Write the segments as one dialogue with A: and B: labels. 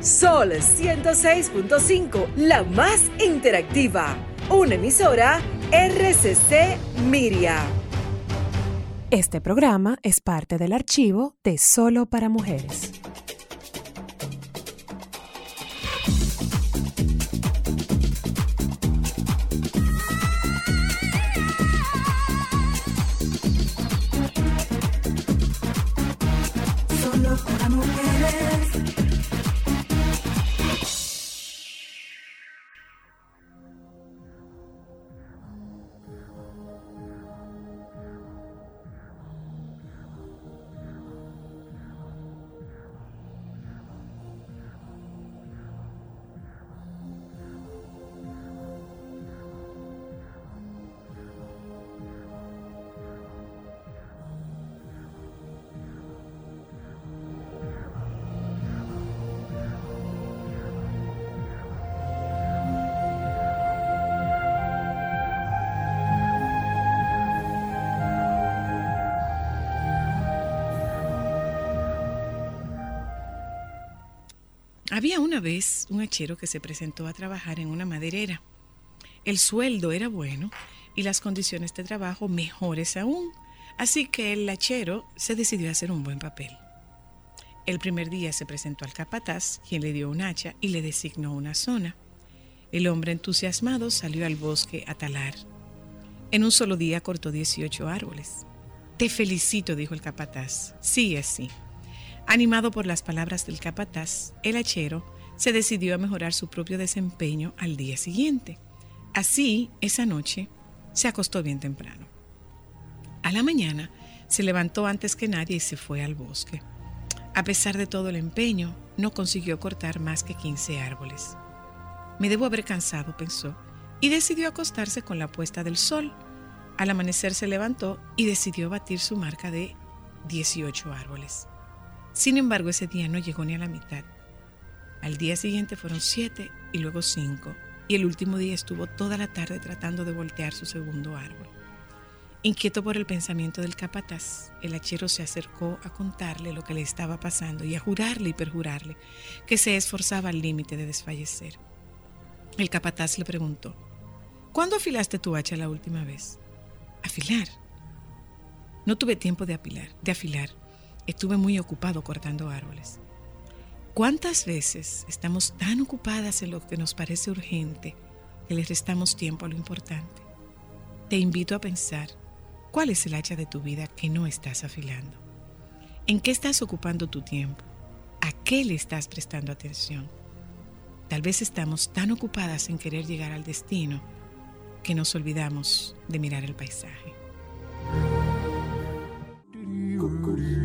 A: Sol 106.5, la más interactiva. Una emisora RCC Miria.
B: Este programa es parte del archivo de Solo para Mujeres.
C: Había una vez un hachero que se presentó a trabajar en una maderera. El sueldo era bueno y las condiciones de trabajo mejores aún, así que el hachero se decidió a hacer un buen papel. El primer día se presentó al capataz, quien le dio un hacha y le designó una zona. El hombre entusiasmado salió al bosque a talar. En un solo día cortó 18 árboles. Te felicito, dijo el capataz. Sí, así. Animado por las palabras del capataz, el hachero se decidió a mejorar su propio desempeño al día siguiente. Así, esa noche, se acostó bien temprano. A la mañana, se levantó antes que nadie y se fue al bosque. A pesar de todo el empeño, no consiguió cortar más que 15 árboles. Me debo haber cansado, pensó, y decidió acostarse con la puesta del sol. Al amanecer se levantó y decidió batir su marca de 18 árboles. Sin embargo, ese día no llegó ni a la mitad. Al día siguiente fueron siete y luego cinco, y el último día estuvo toda la tarde tratando de voltear su segundo árbol. Inquieto por el pensamiento del capataz, el hachero se acercó a contarle lo que le estaba pasando y a jurarle y perjurarle que se esforzaba al límite de desfallecer. El capataz le preguntó, ¿cuándo afilaste tu hacha la última vez? Afilar. No tuve tiempo de, apilar, de afilar, Estuve muy ocupado cortando árboles. ¿Cuántas veces estamos tan ocupadas en lo que nos parece urgente que les restamos tiempo a lo importante? Te invito a pensar, ¿cuál es el hacha de tu vida que no estás afilando? ¿En qué estás ocupando tu tiempo? ¿A qué le estás prestando atención? Tal vez estamos tan ocupadas en querer llegar al destino que nos olvidamos de mirar el paisaje.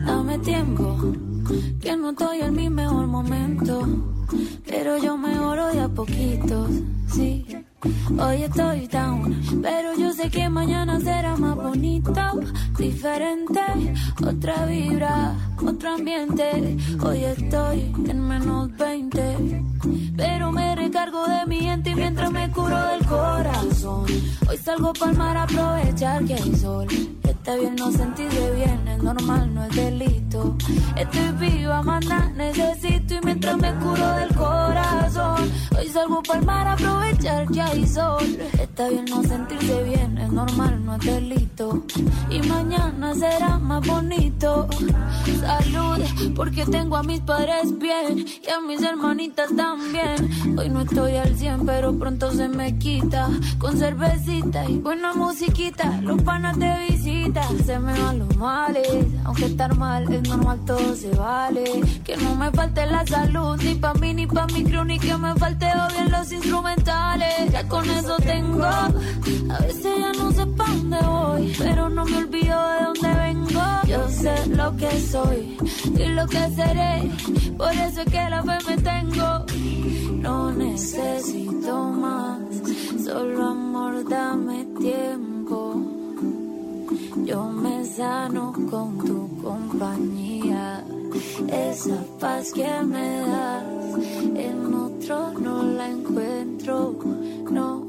D: Dame tiempo, que no estoy en mi mejor momento. Pero yo mejoro de a poquitos, sí. Hoy estoy down, pero yo sé que mañana será más bonito, diferente, otra vibra, otro ambiente. Hoy estoy en menos 20, pero me recargo de mi gente mientras me curo del corazón. Hoy salgo para mar a aprovechar que hay sol. Está bien no sentirse bien, es normal, no es delito. Este Estoy viva, maná, necesito y mientras me curo del corazón. Hoy salgo para mar a aprovechar que hay sol. Está bien no sentirse bien, es normal, no es delito. Y mañana será más bonito. Salud, porque tengo a mis padres bien y a mis hermanitas también. Hoy no estoy al 100, pero pronto se me quita. Con cervecita y buena musiquita, los panas de visita se me van los males. Aunque estar mal es normal, todo se vale. Que no me falte la salud, ni pa' mí, ni pa' mi crew, ni que me falte o bien los instrumentales. Ya con eso tengo. A veces ya no sé pa' dónde voy, pero no me olvido de dónde vengo. Yo sé lo que soy y lo que seré. Por eso es que la fe me tengo. No necesito más, solo amor, dame tiempo. Yo me sano con tu compañía. Esa paz que me das, en otro no la encuentro, no.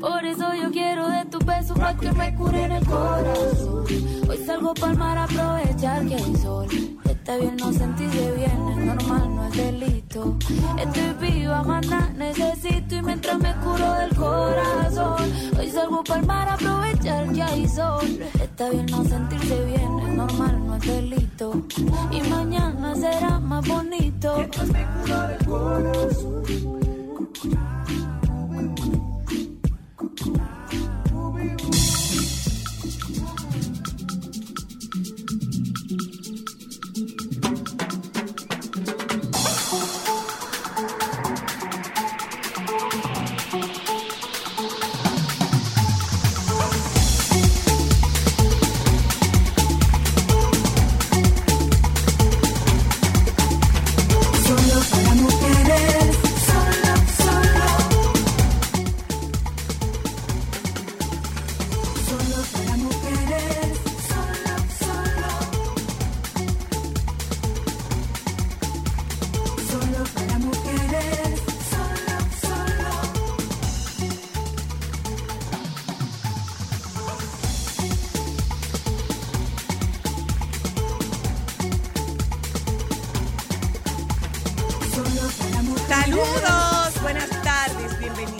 D: Por eso yo quiero de tu beso para que me cure en el corazón. Hoy salgo para mar a aprovechar que hay sol. Está bien no sentirse bien, es normal, no es delito. muerto. Estoy viva, maná, necesito y mientras me curo del corazón. Hoy salgo para mar a aprovechar que hay sol. Está bien no sentirse bien, es normal, no es delito. Y mañana será más bonito. Mientras me curo del corazón.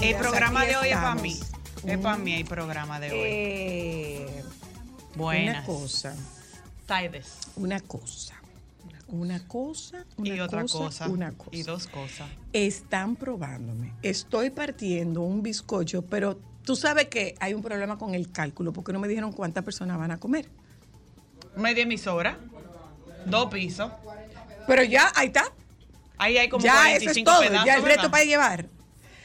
E: El programa de hoy es para mí. Es para mí el programa de hoy.
C: Eh, Una
E: Buenas.
C: cosa.
E: Tardes.
C: Una cosa. Una cosa.
E: Y
C: una
E: otra cosa.
C: Una cosa.
E: Y dos cosas.
C: Están probándome. Estoy partiendo un bizcocho, pero tú sabes que hay un problema con el cálculo porque no me dijeron cuántas personas van a comer.
E: Media emisora. Dos pisos.
C: Pero ya, ahí está.
E: Ahí hay como
C: ya eso
E: 45
C: es todo.
E: pedazos,
C: ya el reto
E: ¿verdad?
C: para llevar.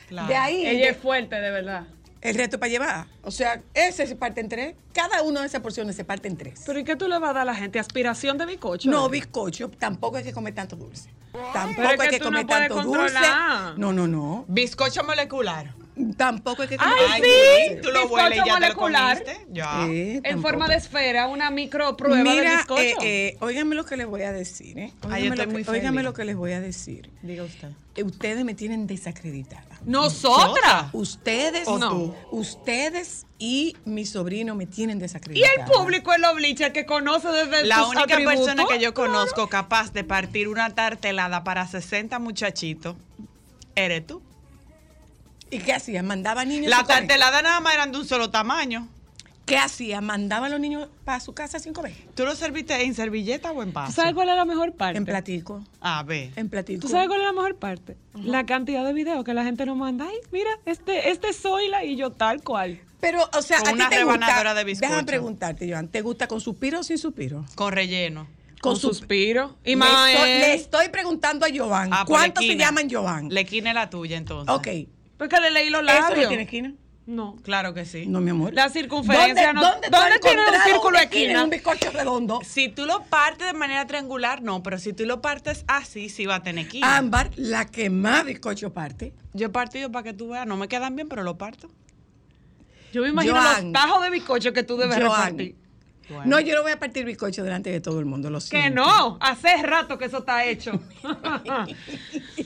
E: Claro.
C: De ahí.
F: Ella es fuerte, de verdad.
C: El reto para llevar. O sea, ese se parte en tres. Cada una de esas porciones se parte en tres.
F: Pero ¿y qué tú le vas a dar a la gente? ¿Aspiración de bizcocho?
C: No, bizcocho, tampoco hay que comer tanto dulce. Tampoco
F: Pero es
C: hay
F: que
C: que
F: tú no
C: comer
F: puedes
C: tanto dulce.
F: controlar.
C: No, no, no.
E: Bizcocho molecular.
C: Tampoco hay que comer
F: ¡Ay,
C: tanto
F: sí!
C: dulce.
E: Tú lo hueles y ya te lo
F: molecular.
E: comiste. Ya.
C: Eh,
F: En
C: tampoco.
F: forma de esfera, una micro prueba de
C: Mira,
F: bizcocho.
C: eh, eh, óiganme lo que les voy a decir, ¿eh? Óiganme,
E: Ay, yo estoy
C: lo,
E: muy
C: que,
E: feliz.
C: óiganme lo que les voy a decir.
E: Diga usted.
C: Eh, Ustedes me tienen desacreditada.
F: ¡Nosotras!
C: Ustedes,
F: ¿O tú?
C: ustedes y mi sobrino me tienen
F: Y
C: desacreditada.
F: el público es lo oblicha que conoce desde
E: La
F: sus
E: única
F: atributos.
E: persona que yo conozco capaz de partir una tartelada para 60 muchachitos eres tú.
C: ¿Y qué hacían? Mandaba niños.
E: La
C: sin comer?
E: tartelada nada más eran de un solo tamaño.
C: ¿Qué hacía? Mandaba a los niños para su casa cinco veces.
E: ¿Tú lo serviste en servilleta o en
F: ¿Tú
E: vaso?
F: sabes cuál es la mejor parte?
C: En platico.
E: A ver.
C: En platico.
F: ¿Tú sabes cuál es la mejor parte? La cantidad de videos que la gente nos manda. Ay, mira, este, este soy la y yo tal cual.
C: Pero, o sea,
E: Con
C: a ti
E: una
C: te
E: rebanadora
C: gusta,
E: de bizcocho.
C: Déjame preguntarte, Joan, ¿te gusta con suspiro o sin suspiro?
E: Con relleno.
F: Con,
C: sus-
F: suspiro. Y
C: Le
F: más...
C: estoy,
F: eh,
C: le estoy preguntando a Joan.
E: Ah, pues,
C: ¿Cuántos se
E: lequina.
C: llaman Joan?
E: Lequina es la tuya entonces.
C: ok.
F: Porque le leí los
C: ¿Eso
F: labios.
C: no tiene esquina?
F: No.
E: Claro que sí.
C: No, mi amor.
F: La circunferencia no. ¿Dónde,
C: tú has
F: tiene un
C: encontrado
F: círculo
C: una
F: de esquina?
C: en un bizcocho redondo?
E: Si tú lo partes de manera triangular, no, pero si tú lo partes así, sí va a tener que
C: Ámbar, la que más bizcocho parte.
E: Yo he partido para que tú veas, no me quedan bien, pero lo parto.
F: Yo me imagino
C: Joan.
F: los tajos de bizcocho que tú debes
C: Joan.
F: repartir.
C: No, yo no voy a partir bizcocho delante de todo el mundo, lo siento.
F: Que no, hace rato que eso está hecho.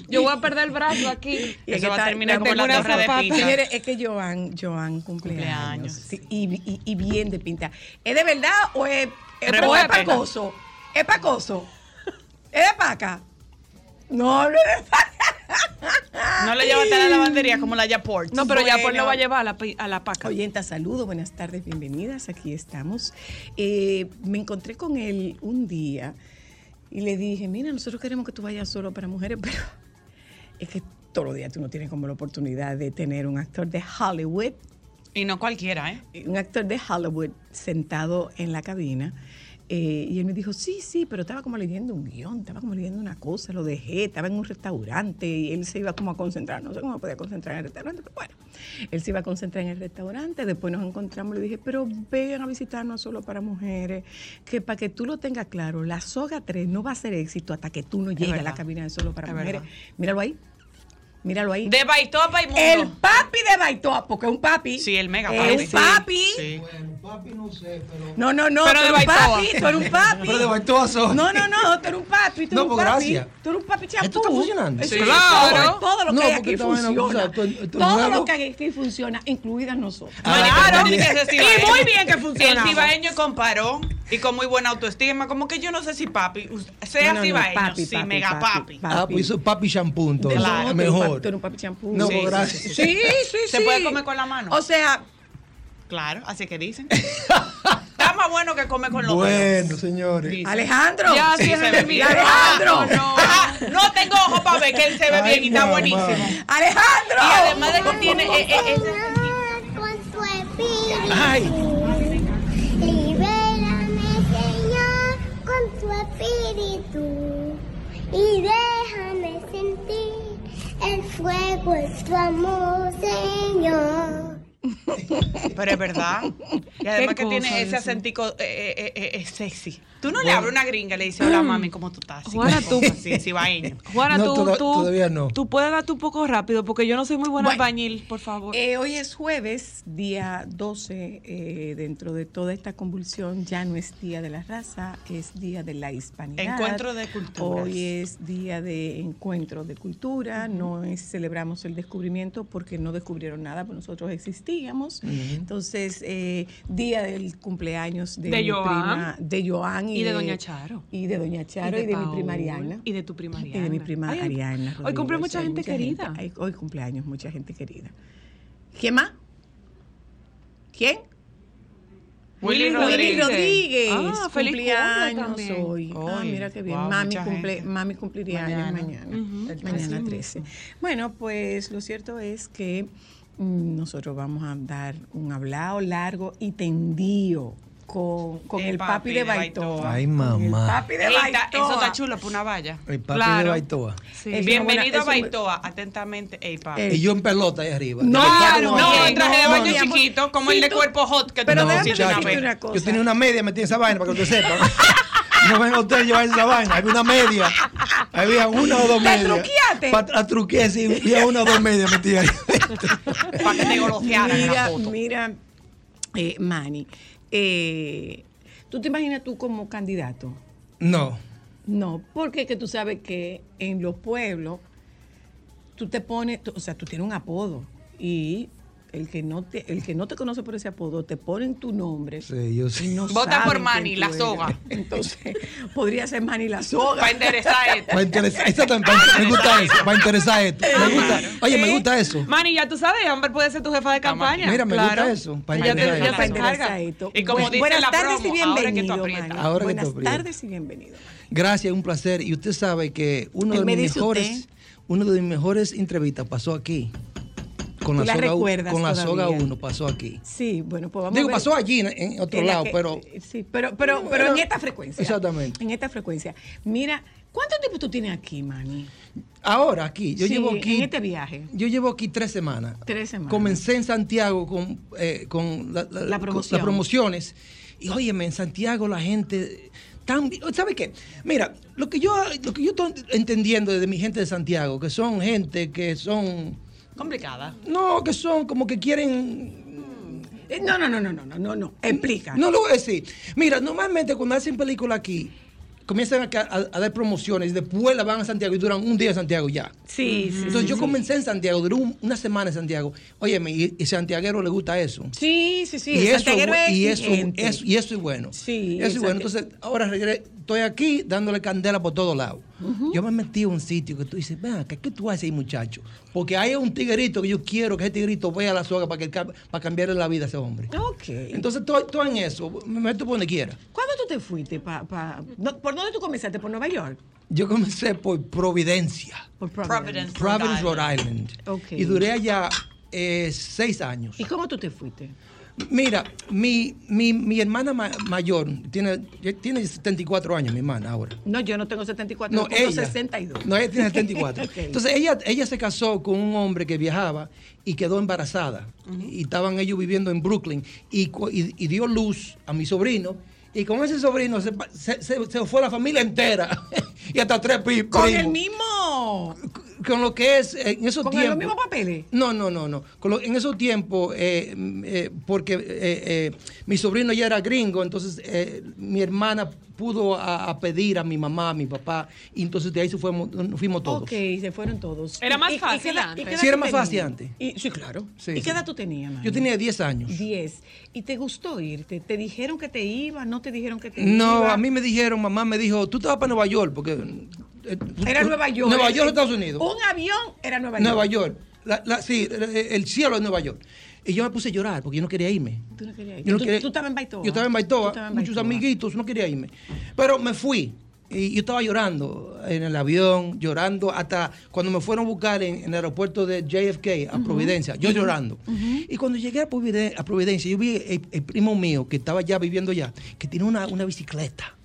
F: Yo voy a perder el brazo aquí.
C: Y es
E: Eso
C: que
E: va a
C: está- no
E: terminar como
C: tengo
E: la
C: una
E: torre de
C: zapata.
E: pizza.
C: Señores, es que Joan, Joan cumple
E: Cumpleaños.
C: años. Sí, y, y- y bien de pinta. ¿Es de verdad o es, es,
E: Pero
C: o es
E: vale la
C: pacoso? ¿Es pacoso? ¿Es de paca? No, no es de paca.
E: No le llevaste a la lavandería como la Yaport.
F: No, pero ya por
C: Bueno.
F: lo va a llevar a la, pi- a la paca.
C: Oyenta, saludo, buenas tardes, bienvenidas. Aquí estamos. Eh, me encontré con él un día y le dije, mira, nosotros queremos que tú vayas solo para mujeres, pero es que todos los días tú no tienes como la oportunidad de tener un actor de Hollywood
E: Y no cualquiera, ¿eh?
C: un actor de Hollywood sentado en la cabina. eh, y él me dijo, sí, sí, pero estaba como leyendo un guión, estaba como leyendo una cosa, lo dejé, estaba en un restaurante y él se iba como a concentrar, no sé cómo podía concentrar en el restaurante, pero bueno, él se iba a concentrar en el restaurante, después nos encontramos, le dije, pero vengan a visitarnos solo para mujeres, que para que tú lo tengas claro, la soga 3 no va a ser éxito hasta que tú no llegues a la
E: verdad.
C: cabina de solo para
E: Es
C: mujeres.
E: verdad.
C: Míralo ahí, míralo ahí.
E: De Baitoa para el mundo.
C: El papi de Baitoa, porque es un papi.
E: Sí, el mega
C: Es
E: papi.
C: un papi.
E: Sí.
G: papi no sé, pero.
C: No, no, no, tú
E: Pero de
C: eres un
E: Baitoa.
C: papi, tú eres un papi.
G: Pero de Baitoa soy.
C: No, no, no, tú eres un papi, tú eres
G: No,
C: un
G: pues,
C: papi.
G: gracias.
C: Tú eres un papi chapú.
G: ¿Esto está funcionando?
C: Eso
E: Sí,
C: es
E: claro.
C: todo, Todo lo que
G: No,
C: hay
G: porque
C: aquí
G: esta vaina,
C: funciona.
G: o sea, esto- esto es
C: Todo
G: nuevo.
C: lo que hay aquí funciona, incluidas nosotros.
E: Claro.
G: Tiene
E: que
C: Ah,
E: ser
C: Y
E: cibaeño.
C: muy bien que
E: El
C: funciona.
E: cibaeño comparó y con muy buena autoestima, como que yo no sé si papi, us-
C: No,
E: sea
C: no, no,
E: cibaeño,
C: papi,
E: sí,
C: papi,
E: mega
C: papi,
E: papi.
G: Ah, pues eso es papi shampoo, entonces.
C: No,
E: Claro.
C: tú eres un papi,
G: Mejor.
C: Tú eres un papi champú.
G: No,
E: Sí,
G: pues
E: sí,
G: gracias.
C: Sí, sí, sí.
E: ¿Se puede comer con la mano?
C: O sea,
E: Claro, así que dicen. Está más bueno que comer con los dedos.
G: Bueno, señores.
E: Sí.
C: Alejandro.
F: Ya, sí,
E: Sí, se ve bien. Ah,
C: Alejandro.
E: No, no. no tengo ojo para ver que él se ve
G: Ay,
E: bien y está
G: mamá.
E: buenísimo.
C: Alejandro.
E: Y además de que tiene eh, eh, eh,
H: con su espíritu.
G: Ay.
H: Libérame, Señor, con su espíritu. Y déjame sentir el fuego de tu amor, Señor.
E: Pero es verdad. Y además que
F: cosa
E: tiene ese
F: eso.
E: acentico eh, eh, eh, eh, sexy. Tú no le abres una gringa y le dices, hola mami, ¿cómo tú estás? Sí,
F: Juana, tú-
E: Sí, sí, vaina.
F: Juana,
G: No,
F: tú,
G: toda-
F: tú-
G: todavía no.
F: Tú puedes darte un poco rápido porque yo no soy muy buena
C: Bueno.
F: albañil, por favor.
C: Eh, hoy es jueves, día 12. eh, dentro de toda esta convulsión ya no es día de la raza, es día de la hispanidad.
E: Encuentro de culturas.
C: Hoy es día de encuentro de cultura. No es- celebramos el descubrimiento porque no descubrieron nada, pues nosotros existíamos. Entonces, eh, día del cumpleaños de,
F: De
C: mi
F: Joan.
C: prima- de Joan
F: Y de Doña Charo.
C: Y de Doña Charo y de, mi prima Ariana.
F: Y de tu prima
C: Y de mi prima
F: Ay,
C: Ariana.
F: Hoy cumple
C: Rodríguez.
F: mucha
C: Hay
F: gente querida.
C: gente- hay- hoy cumpleaños, mucha gente querida. ¿Quién más? ¿Quién?
E: Willy
C: Willy
E: Rodríguez.
C: Rodríguez.
F: Ah, feliz cumple
C: cumpleaños
F: también.
C: hoy. Ah,
E: Hoy.
C: mira qué bien.
E: Wow,
C: mami,
E: mucha
C: cumple,
E: gente.
C: mami cumpliría años
E: Mañana.
C: mañana. Mañana 13. Bueno, pues lo cierto es que mm, nosotros vamos a dar un hablado largo y tendido con, con
E: El
C: el, papi,
E: papi
C: de
E: de
C: Baitoa.
E: Baitoa.
G: Ay,
C: Con el
G: mamá.
C: papi de
E: Ey, está-
C: Baitoa.
E: Eso está chulo por una valla.
G: El papi de
F: Claro.
G: Baitoa.
F: sí.
C: Es una buena-
E: Bienvenido
C: es
E: a
C: una-
E: Baitoa. Atentamente, ey, papi.
C: Eh,
G: Y yo en pelota ahí arriba.
C: No,
E: Claro,
C: no,
E: no,
C: ey,
E: en traje de
C: no,
E: baño
C: mi amor.
E: chiquito, como
C: Sí,
E: el de
C: tú-
E: cuerpo hot que tú
C: pero
E: me
C: déjame
E: pusiste una
C: decirte
E: vez.
C: una cosa.
G: Yo tenía una media metida en esa vaina para que usted sepa. No venga usted a llevar esa vaina. Había una media. Había una o dos
C: ¿Te
G: medias.
C: truqueaste?
G: Pa- La truqué, sí. Había una o dos medias metidas ahí.
E: Para que te golosearan en la
C: Mira,
E: foto.
C: mira, eh, Manny, eh, ¿tú te imaginas tú como candidato?
G: No.
C: No, porque es que tú sabes que en los pueblos tú te pones, tú- o sea, tú tienes un apodo y el que no te, el que no te conoce por ese apodo te ponen tu nombre.
G: Sí, yo sí.
C: y no
E: Vota
C: saben
E: por
C: quién
E: Manny,
C: tú
E: la
C: eres.
E: soga.
C: Entonces, podría ser Manny la soga.
E: Para interesar esto.
G: Va a interesar. Esta también. Me gusta eso. Va a interesar esto. Me gusta. Oye, me gusta eso.
F: Mani, ya tú sabes, Amber puede ser tu jefa
E: Vamos.
F: de campaña.
G: Mira, me
F: Claro.
G: gusta eso. Pa'
F: Ella te,
G: interesar
F: ella
G: eso.
F: te encarga.
E: Y como dice
C: buenas
E: la
C: tardes y
E: promo, ahora que tú
C: bienvenido,
E: aprietas.
C: Manny.
G: Ahora que tú
C: Buenas
G: aprietas.
C: tardes y bienvenido. Manny.
G: Gracias, un placer. Y usted sabe que uno
C: Él
G: de
C: me
G: mis
C: dice
G: mejores,
C: usted.
G: uno de mis mejores entrevistas pasó aquí. Con la,
C: ¿Tú la
G: soga, u-
C: recuerdas
G: con la soga
C: todavía?
G: 1 pasó aquí.
C: Sí, bueno, pues vamos
G: Digo,
C: a ver.
G: pasó allí en, en otro
C: En la
G: lado,
C: que- eh,
G: pero
C: Sí, pero, pero, pero en esta frecuencia.
G: Exactamente.
C: En esta frecuencia. Mira, ¿cuánto tiempo tú tienes aquí, Manny?
G: ahora aquí, yo
C: Sí,
G: llevo aquí.
C: En este viaje.
G: Yo llevo aquí tres semanas.
C: Tres semanas.
G: Comencé en Santiago con, eh, con la- la-
C: La
G: con
C: promoción.
G: las promociones. Y óyeme, en Santiago la gente... Tan, ¿Sabe qué? Mira, lo que yo lo que yo estoy entendiendo de mi gente de Santiago, que son gente que son...
E: Complicada.
G: No, que son como que quieren...
C: Eh, No, no, no, no, no, no, no, no. Explica.
G: No lo voy a decir. Mira, normalmente cuando hacen película aquí, comienzan a, a- a dar promociones y después la van a Santiago y duran un día en Santiago ya.
C: Sí, sí.
G: Entonces yo comencé en Santiago, duró un- una semana en Santiago. Óyeme, y, y santiaguero le gusta eso.
C: Sí, sí, sí.
G: y,
C: el
G: eso,
C: santiaguero es
G: y, eso,
C: exigente.
G: eso- y eso es bueno.
C: Sí,
G: Eso es bueno.
C: exacto.
G: Entonces, ahora regre- estoy aquí dándole candela por todos lados. Yo me metí a un sitio que tú dices, ven acá, ¿qué tú haces ahí, muchacho? Porque hay un tiguerito que yo quiero que ese tiguerito vea la soga para, que, el ca- para cambiarle la vida a ese hombre.
C: Ok.
G: Entonces, todo, todo en eso. Me meto por donde quiera.
C: ¿Cuándo tú te fuiste? Pa, pa- no, ¿Por dónde tú comenzaste? ¿Por Nueva York?
G: Yo comencé por Providencia,
C: Por
E: Providence.
G: Providence,
E: Rhode
G: Rhode Island.
C: Ok.
G: Y duré allá eh, seis años.
C: ¿Y cómo tú te fuiste?
G: Mira, mi, mi, mi hermana ma- mayor tiene, tiene 74 años, mi hermana ahora.
C: No, yo no tengo 74,
G: No,
C: yo tengo
G: ella.
C: 62.
G: No, ella tiene 74.
C: Ok.
G: Entonces, ella, ella se casó con un hombre que viajaba y quedó embarazada. Y estaban ellos viviendo en Brooklyn y, cu- y- y dio luz a mi sobrino. Y con ese sobrino se, pa- se- se- se fue la familia entera y hasta tres pi-
C: Con el
G: primos.
C: mismo.
G: con lo que es eh, en esos
C: ¿Con los
G: tiempos.
C: mismos papeles?
G: No, no, no, no. Con lo- en esos tiempos, eh, mm, eh, porque eh, eh, mi sobrino ya era gringo, entonces eh, mi hermana pudo a, a pedir a mi mamá, a mi papá, y entonces de ahí se fuimos, nos fuimos todos.
C: Ok, se fueron todos.
F: Era más
C: ¿Y- y
F: fácil
C: qué edad-
F: antes.
C: y qué edad
G: Sí, era
C: tú
G: más
C: tenías?
G: fácil antes.
C: Y- sí, claro.
G: Sí,
C: ¿Y qué
G: sí.
C: edad tú tenías, mano?
G: Yo tenía 10 años.
C: 10. ¿Y te gustó irte? ¿Te dijeron que te iba? ¿No te dijeron que te
G: No,
C: iba?
G: a mí me dijeron, mamá me dijo, tú te vas para Nueva York, porque... eh, tú-
C: Era
G: tú-
C: Nueva York.
G: Nueva
C: Eh,
G: York, Estados Unidos.
C: Un avión era Nueva York.
G: Nueva York. La- la- sí, el- el cielo de Nueva York. Y yo me puse a llorar porque yo no quería irme.
C: Tú no querías ir.
G: Yo no
C: Tú-
G: quería-
C: tú estabas en Baitoa.
G: Yo estaba en
C: Tú
G: Baitoa,
C: estabas en
G: muchos
C: Baitoa.
G: amiguitos, no quería irme. Pero me fui. Y yo estaba llorando en el avión, llorando hasta cuando me fueron a buscar en, en el aeropuerto de JFK a Providencia, yo llorando. Y cuando llegué a, Providen- a Providencia, yo vi el, el primo mío que estaba ya viviendo allá, que tiene una, una bicicleta.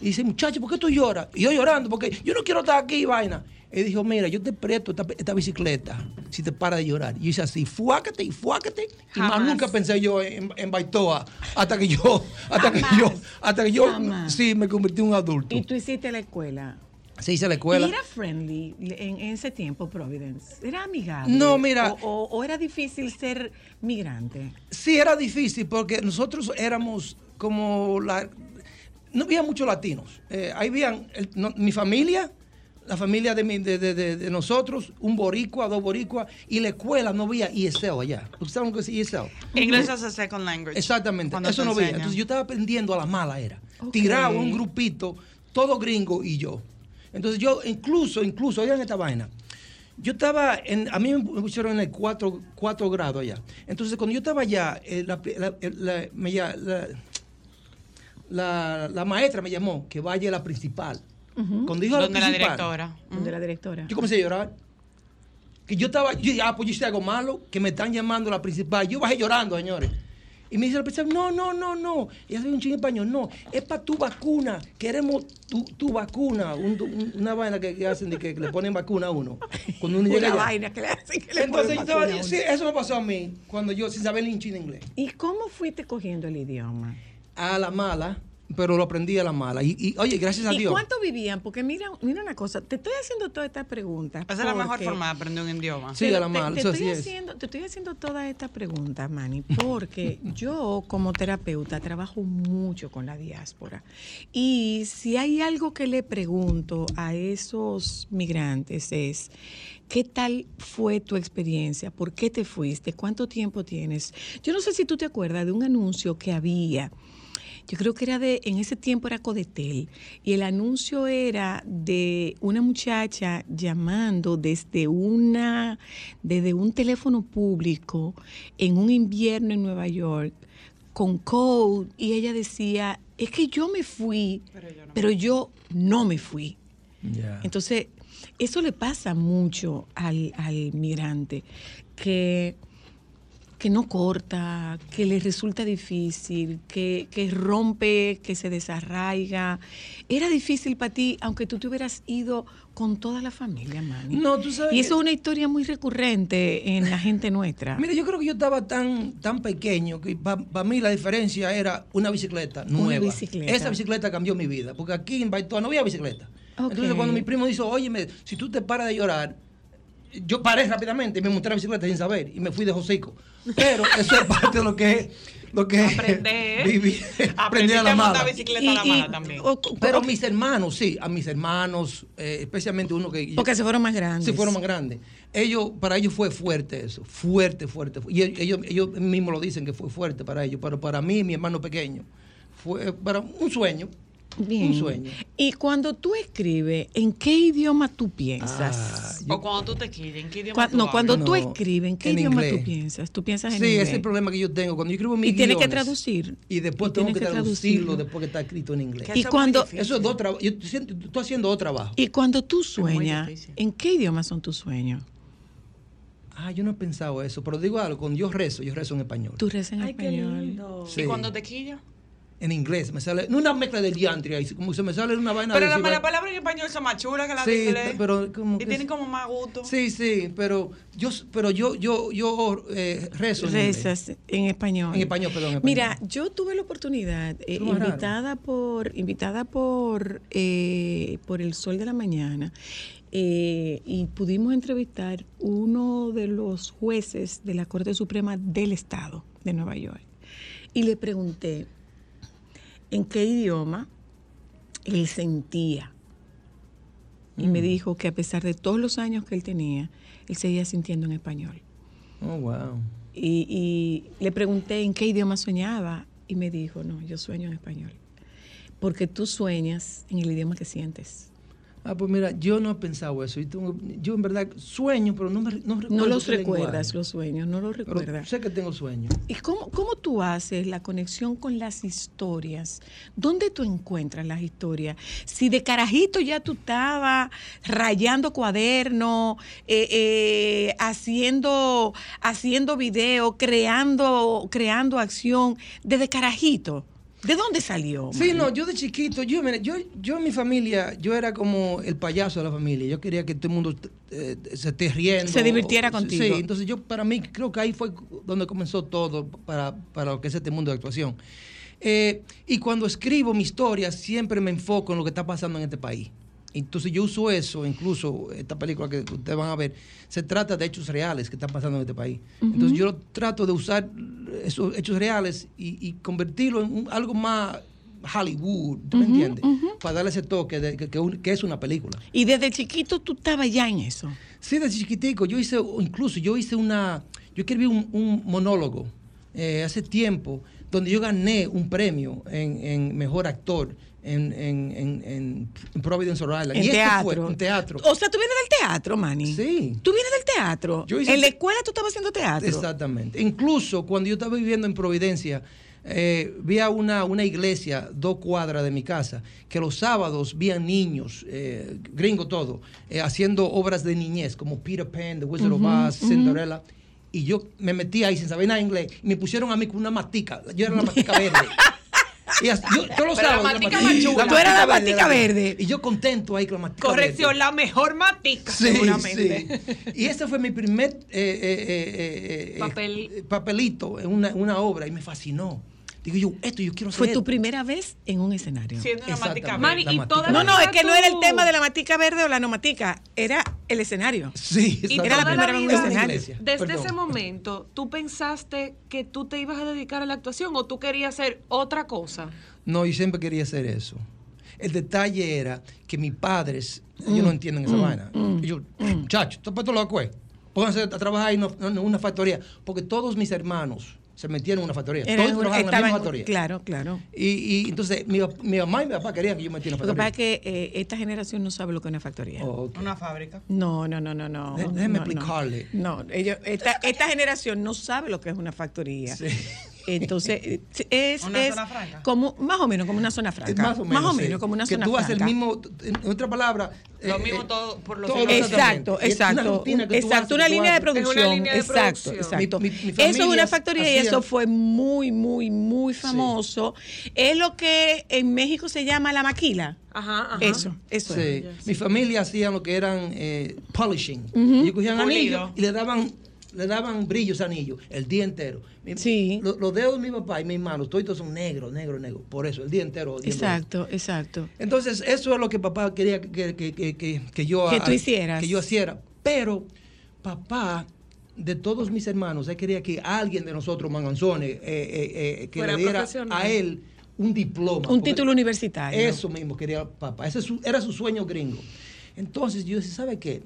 G: Y dice, muchacho, ¿por qué tú lloras? Y yo llorando, porque yo no quiero estar aquí, vaina. Y dijo, mira, yo te presto esta, esta bicicleta si te paras de llorar. Y hice así, fuácate y fuácate. Y más
C: Jamás.
G: nunca pensé yo en, en Baitoa hasta que yo, hasta que yo, hasta que yo,
C: Jamás.
G: sí, me convertí en un adulto.
C: Y tú hiciste la escuela.
G: Se hizo la escuela.
C: ¿Y era friendly en, en ese tiempo, Providence? ¿Era amigable?
G: No, mira.
C: O, o- o era difícil ser migrante?
G: Sí, era difícil porque nosotros éramos como la... No había muchos latinos. Eh, ahí habían el- no- mi familia, la familia de, mi- de, de- de- de nosotros, un boricua, dos boricuas, y la escuela no había ESL allá. ¿Ustedes saben lo que es ESL?
E: English as a second language.
G: Exactamente,
E: Cuando
G: eso
E: te
G: no veía.
E: enseñan.
G: Entonces yo estaba aprendiendo a la mala era.
C: Ok.
G: Tiraba un grupito, todo gringo y yo. Entonces yo incluso, incluso, oigan esta vaina. Yo estaba, en, a mí me pusieron en el 4, grado allá. Entonces cuando yo estaba allá, eh, la, la- la- me lla- la- la- la maestra me llamó que vaya a la principal. Cuando dijo a
E: Donde la
G: principal,
E: directora.
F: Mm.
C: ¿Dónde la directora?
G: yo comencé a llorar. Que yo estaba, yo dije, ah, pues yo hice algo malo, que me están llamando la principal. Yo bajé llorando, señores. Y me dice la principal, no, no, no, no. Ella soy un chingo español, no. Es para tu vacuna. Queremos tu, tu vacuna. Un- un- una vaina que, que hacen de que, le ponen vacuna a uno. Cuando uno llega
C: Una
G: allá.
C: vaina que le hacen que le
G: Entonces
C: ponen
G: yo estaba,
C: vacuna a uno.
G: sí, eso me pasó a mí, cuando yo, sin saber ni un chin de inglés.
C: ¿Y cómo fuiste cogiendo el idioma?
G: A la mala, pero lo aprendí a la mala. Y, y, oye, gracias a
C: ¿Y
G: Dios.
C: cuánto vivían? Porque mira, mira una cosa, te estoy haciendo todas estas preguntas.
E: Esa es la mejor
C: porque-
E: forma de aprender un idioma.
G: Sí,
C: Pero
G: a la
C: te-
G: mala,
C: Te,
G: eso
C: estoy
G: así es.
C: haciendo, te estoy haciendo todas estas preguntas, Manny, porque yo como terapeuta trabajo mucho con la diáspora. Y si hay algo que le pregunto a esos migrantes es, ¿qué tal fue tu experiencia? ¿Por qué te fuiste? ¿Cuánto tiempo tienes? Yo no sé si tú te acuerdas de un anuncio que había. Yo creo que era de, en ese tiempo era Codetel, y el anuncio era de una muchacha llamando desde una, desde un teléfono público en un invierno en Nueva York con code, y ella decía, es que yo me fui, pero yo no me fui.
G: Ya.
C: Entonces, eso le pasa mucho al, al migrante, que, que no corta, que le resulta difícil, que, que rompe, que se desarraiga. Era difícil para ti, aunque tú te hubieras ido con toda la familia, Manny.
G: No, tú sabes
C: Y
G: que-
C: eso es una historia muy recurrente en la gente nuestra.
G: Mira, yo creo que yo estaba tan, tan pequeño que para mí la diferencia era una bicicleta nueva.
C: bicicleta.
G: Esa bicicleta cambió mi vida, porque aquí en Baitoa no había bicicleta.
C: Ok.
G: Entonces cuando mi primo dijo, óyeme, si tú te paras de llorar, yo paré rápidamente y me monté en la bicicleta sin saber y me fui de Josico. Pero eso es parte de lo que es, lo que es
E: Aprender.
G: vivir, aprender a
E: Aprendiste
G: la
E: ¿eh? a montar
G: mala.
E: bicicleta a la mala también.
C: o- o-
G: Pero
C: o-
G: mis hermanos, sí, a mis hermanos, eh, especialmente uno que...
C: porque se fueron más grandes.
G: Sí, fueron más grandes. Ellos, para ellos fue fuerte eso, fuerte, fuerte. fu- Y ellos- ellos, ellos mismos lo dicen que fue fuerte para ellos, pero para mí, mi hermano pequeño, fue para un sueño.
C: Bien.
G: Un sueño.
C: Y cuando tú escribes, ¿en qué idioma tú
G: Ah.
C: piensas?
E: O cuando tú te quilles, ¿en qué idioma
C: Cua-
E: tú
C: no,
E: hablas?
C: cuando tú
G: No,
C: escribes, ¿en qué
G: en
C: idioma
G: inglés.
C: tú piensas? ¿Tú piensas
G: Sí,
C: en
G: ese
C: inglés?
G: es el problema que yo tengo. Cuando yo escribo mis
C: Y tienes que
G: guiones,
C: traducir.
G: Y después
C: Y
G: tengo
C: tienes
G: que,
C: que
G: traducirlo
C: traducirlo.
G: después que está escrito en inglés.
C: Y
E: Que eso es muy
C: cuando,
E: difícil.
G: Eso es dos trabajos. Yo siento- estoy haciendo dos trabajos.
C: y cuando tú sueñas,
E: difícil.
C: ¿en qué idioma son tus sueños?
G: Ah, yo no he pensado eso, pero digo algo, cuando yo rezo, yo rezo en español.
C: Tú rezas en español.
G: Sí.
E: ¿Y cuando te quillas?
G: en inglés. Me sale una mezcla de diantria. y Como se me sale una vaina
E: Pero
G: de
E: la,
G: si va-
E: la palabra en español son más chulas que la de
G: Sí,
E: inglés.
G: pero como
E: y
G: que
E: tienen
G: es-
E: como más gusto.
G: Sí, sí, pero yo, pero yo, yo, yo eh, rezo. en inglés.
C: Rezas en español.
G: En español, perdón, en español.
C: Mira, yo tuve la oportunidad, eh,
G: Tú más raro.
C: invitada por, invitada por, eh, por el Sol de la Mañana, eh, y pudimos entrevistar uno de los jueces de la Corte Suprema del Estado de Nueva York. Y le pregunté en qué idioma él sentía. Y
G: Mm.
C: me dijo que a pesar de todos los años que él tenía, él seguía sintiendo en español.
G: Oh, wow.
C: Y, y le pregunté en qué idioma soñaba y me dijo, no, yo sueño en español. Porque tú sueñas en el idioma que sientes.
G: Ah, pues mira, yo no he pensado eso. y tengo- yo en verdad sueño, pero no, me, no recuerdo.
C: No los
G: qué
C: recuerdas,
G: lenguaje.
C: los sueños, no los
G: Pero
C: recuerdas.
G: sé que tengo sueño.
C: ¿Y cómo, cómo tú haces la conexión con las historias? ¿Dónde tú encuentras las historias? Si de carajito ya tú estabas rayando cuaderno, eh, eh, haciendo, haciendo video, creando, creando acción, desde carajito, ¿de dónde salió?
G: Sí, no, yo de chiquito, yo, mira, yo, yo en mi familia, yo era como el payaso de la familia. Yo quería que todo el mundo eh, se esté riendo.
C: Se divirtiera
G: Sí,
C: contigo.
G: Sí, entonces yo para mí creo que ahí fue donde comenzó todo para, para lo que es este mundo de actuación. Eh, y cuando escribo mi historia, siempre me enfoco en lo que está pasando en este país. Entonces yo uso eso, incluso esta película que ustedes van a ver, se trata de hechos reales que están pasando en este país. Entonces yo trato de usar esos hechos reales y, y convertirlo en un- algo más Hollywood, ¿tú me entiendes? Para darle ese toque de, que- que un- que es una película.
C: Y desde chiquito tú estabas ya en eso.
G: Sí, desde chiquitico. Yo hice, o incluso yo hice una, yo escribí un, un monólogo eh, hace tiempo donde yo gané un premio en, en mejor actor en, en, en- en Providence, Rhode Island.
C: En
G: y este
C: teatro.
G: fue un teatro.
C: O sea, tú vienes del teatro, Manny.
G: Sí.
C: Tú vienes del teatro.
G: Yo hice-
C: en la escuela tú estabas haciendo teatro.
G: Exactamente. Incluso cuando yo estaba viviendo en Providencia, eh, vi a una, una iglesia dos cuadras de mi casa, que los sábados vi a niños, eh, gringo todo, eh, haciendo obras de niñez, como Peter Pan, The Wizard of Oz, Cinderella. Y yo me metí ahí sin saber nada de inglés. Y me pusieron a mí con una matica. Yo era la matica verde. Y así- yo, todos los
E: Pero la
G: sábados,
E: matica más chula.
C: Tú eras la matica
G: era-
C: verde.
G: Y yo contento ahí con la matica verde.
E: Corrección, la mejor matica,
G: Sí,
E: seguramente.
G: sí. Y ese fue mi primer eh, eh, eh, eh,
E: Papel.
G: eh, papelito en una, una obra y me fascinó. Digo yo, esto yo quiero hacer.
C: Fue tu
G: esto.
C: primera vez en un escenario.
E: Siendo una matica. Mari,
G: Exactamente.
F: Mari,
G: La
F: y
G: matica.
F: toda
C: No, no, es que no era el
F: tú-
C: tema de la matica verde o la nomatica, era el escenario.
G: Sí,
F: Y
G: exactamente.
C: Era la
F: toda
C: primera en un
F: vida,
C: escenario.
G: iglesia,
F: Desde
G: perdón.
F: ese momento, ¿tú pensaste que tú te ibas a dedicar a la actuación o tú querías hacer otra cosa?
G: No, yo siempre quería hacer eso. El detalle era que mis padres, ellos
C: Mm.
G: no entienden esa vaina. Y yo, chacho, esto para todos los Pónganse a trabajar en una- en una factoría. Porque todos mis hermanos se metieron en una factoría.
C: Era
G: todos
C: un-
G: trabajaban en la
C: estaba
G: misma
C: en-
G: factoría.
C: Claro, claro.
G: Y, y entonces mi, mi mamá y mi papá querían que yo me metiera en
C: Lo
G: la
C: que pasa es
G: factoría.
C: que eh, esta generación no sabe lo que es una factoría.
G: Oh, ok.
E: Una fábrica.
C: No, no, no, no, no.
G: Dé-
C: no,
G: déjeme
C: no.
G: explicarle.
C: No, ellos, esta, esta generación no sabe lo que es una factoría.
G: Sí.
C: Entonces, eh, es,
E: Una
C: es
E: zona franca.
C: como más o menos como una zona
G: Es
C: franca.
G: Más o menos. sí.
C: como una
G: que
C: zona
G: tú
C: franca.
G: haces el mismo, en otra palabra. eh,
E: Lo mismo todo por los
G: todo
E: ojos.
C: Exacto,
G: exactamente. Y es
C: exacto.
G: Una rutina que tú
C: exacto,
G: haces,
C: una
G: tú
C: línea de
G: haces.
C: producción.
F: Es una línea de
C: exacto,
F: producción.
C: exacto.
G: Mi- mi- mi
C: eso es
G: familia
C: una factoría y
G: hacía-
C: eso fue muy, muy, muy famoso. Es lo que en México se llama la maquila.
F: Ajá, ajá.
C: Eso, eso. es.
G: Sí. Mi familia hacían lo que eran eh, polishing. Ellos cogían
E: Pulido.
G: anillos y le daban le daban brillos anillos el día entero. Mi-
C: Sí.
G: lo- los dedos de mi papá y mis manos, todos son negros, negros, negros. Por eso, el día entero. el día entero.
C: Exacto, exacto.
G: Entonces, eso es lo que papá quería que, que- que- que- que yo
C: Que tú hicieras.
G: Que yo hiciera. Pero papá, de todos mis hermanos, él quería que alguien de nosotros, Manganzone, eh, eh, eh, que
F: Fuera
G: le diera
F: profesional.
G: a él un diploma.
C: Un
G: porque
C: título universitario.
G: Eso mismo quería papá. Ese es su- era su sueño gringo. Entonces yo decía, ¿sabe qué?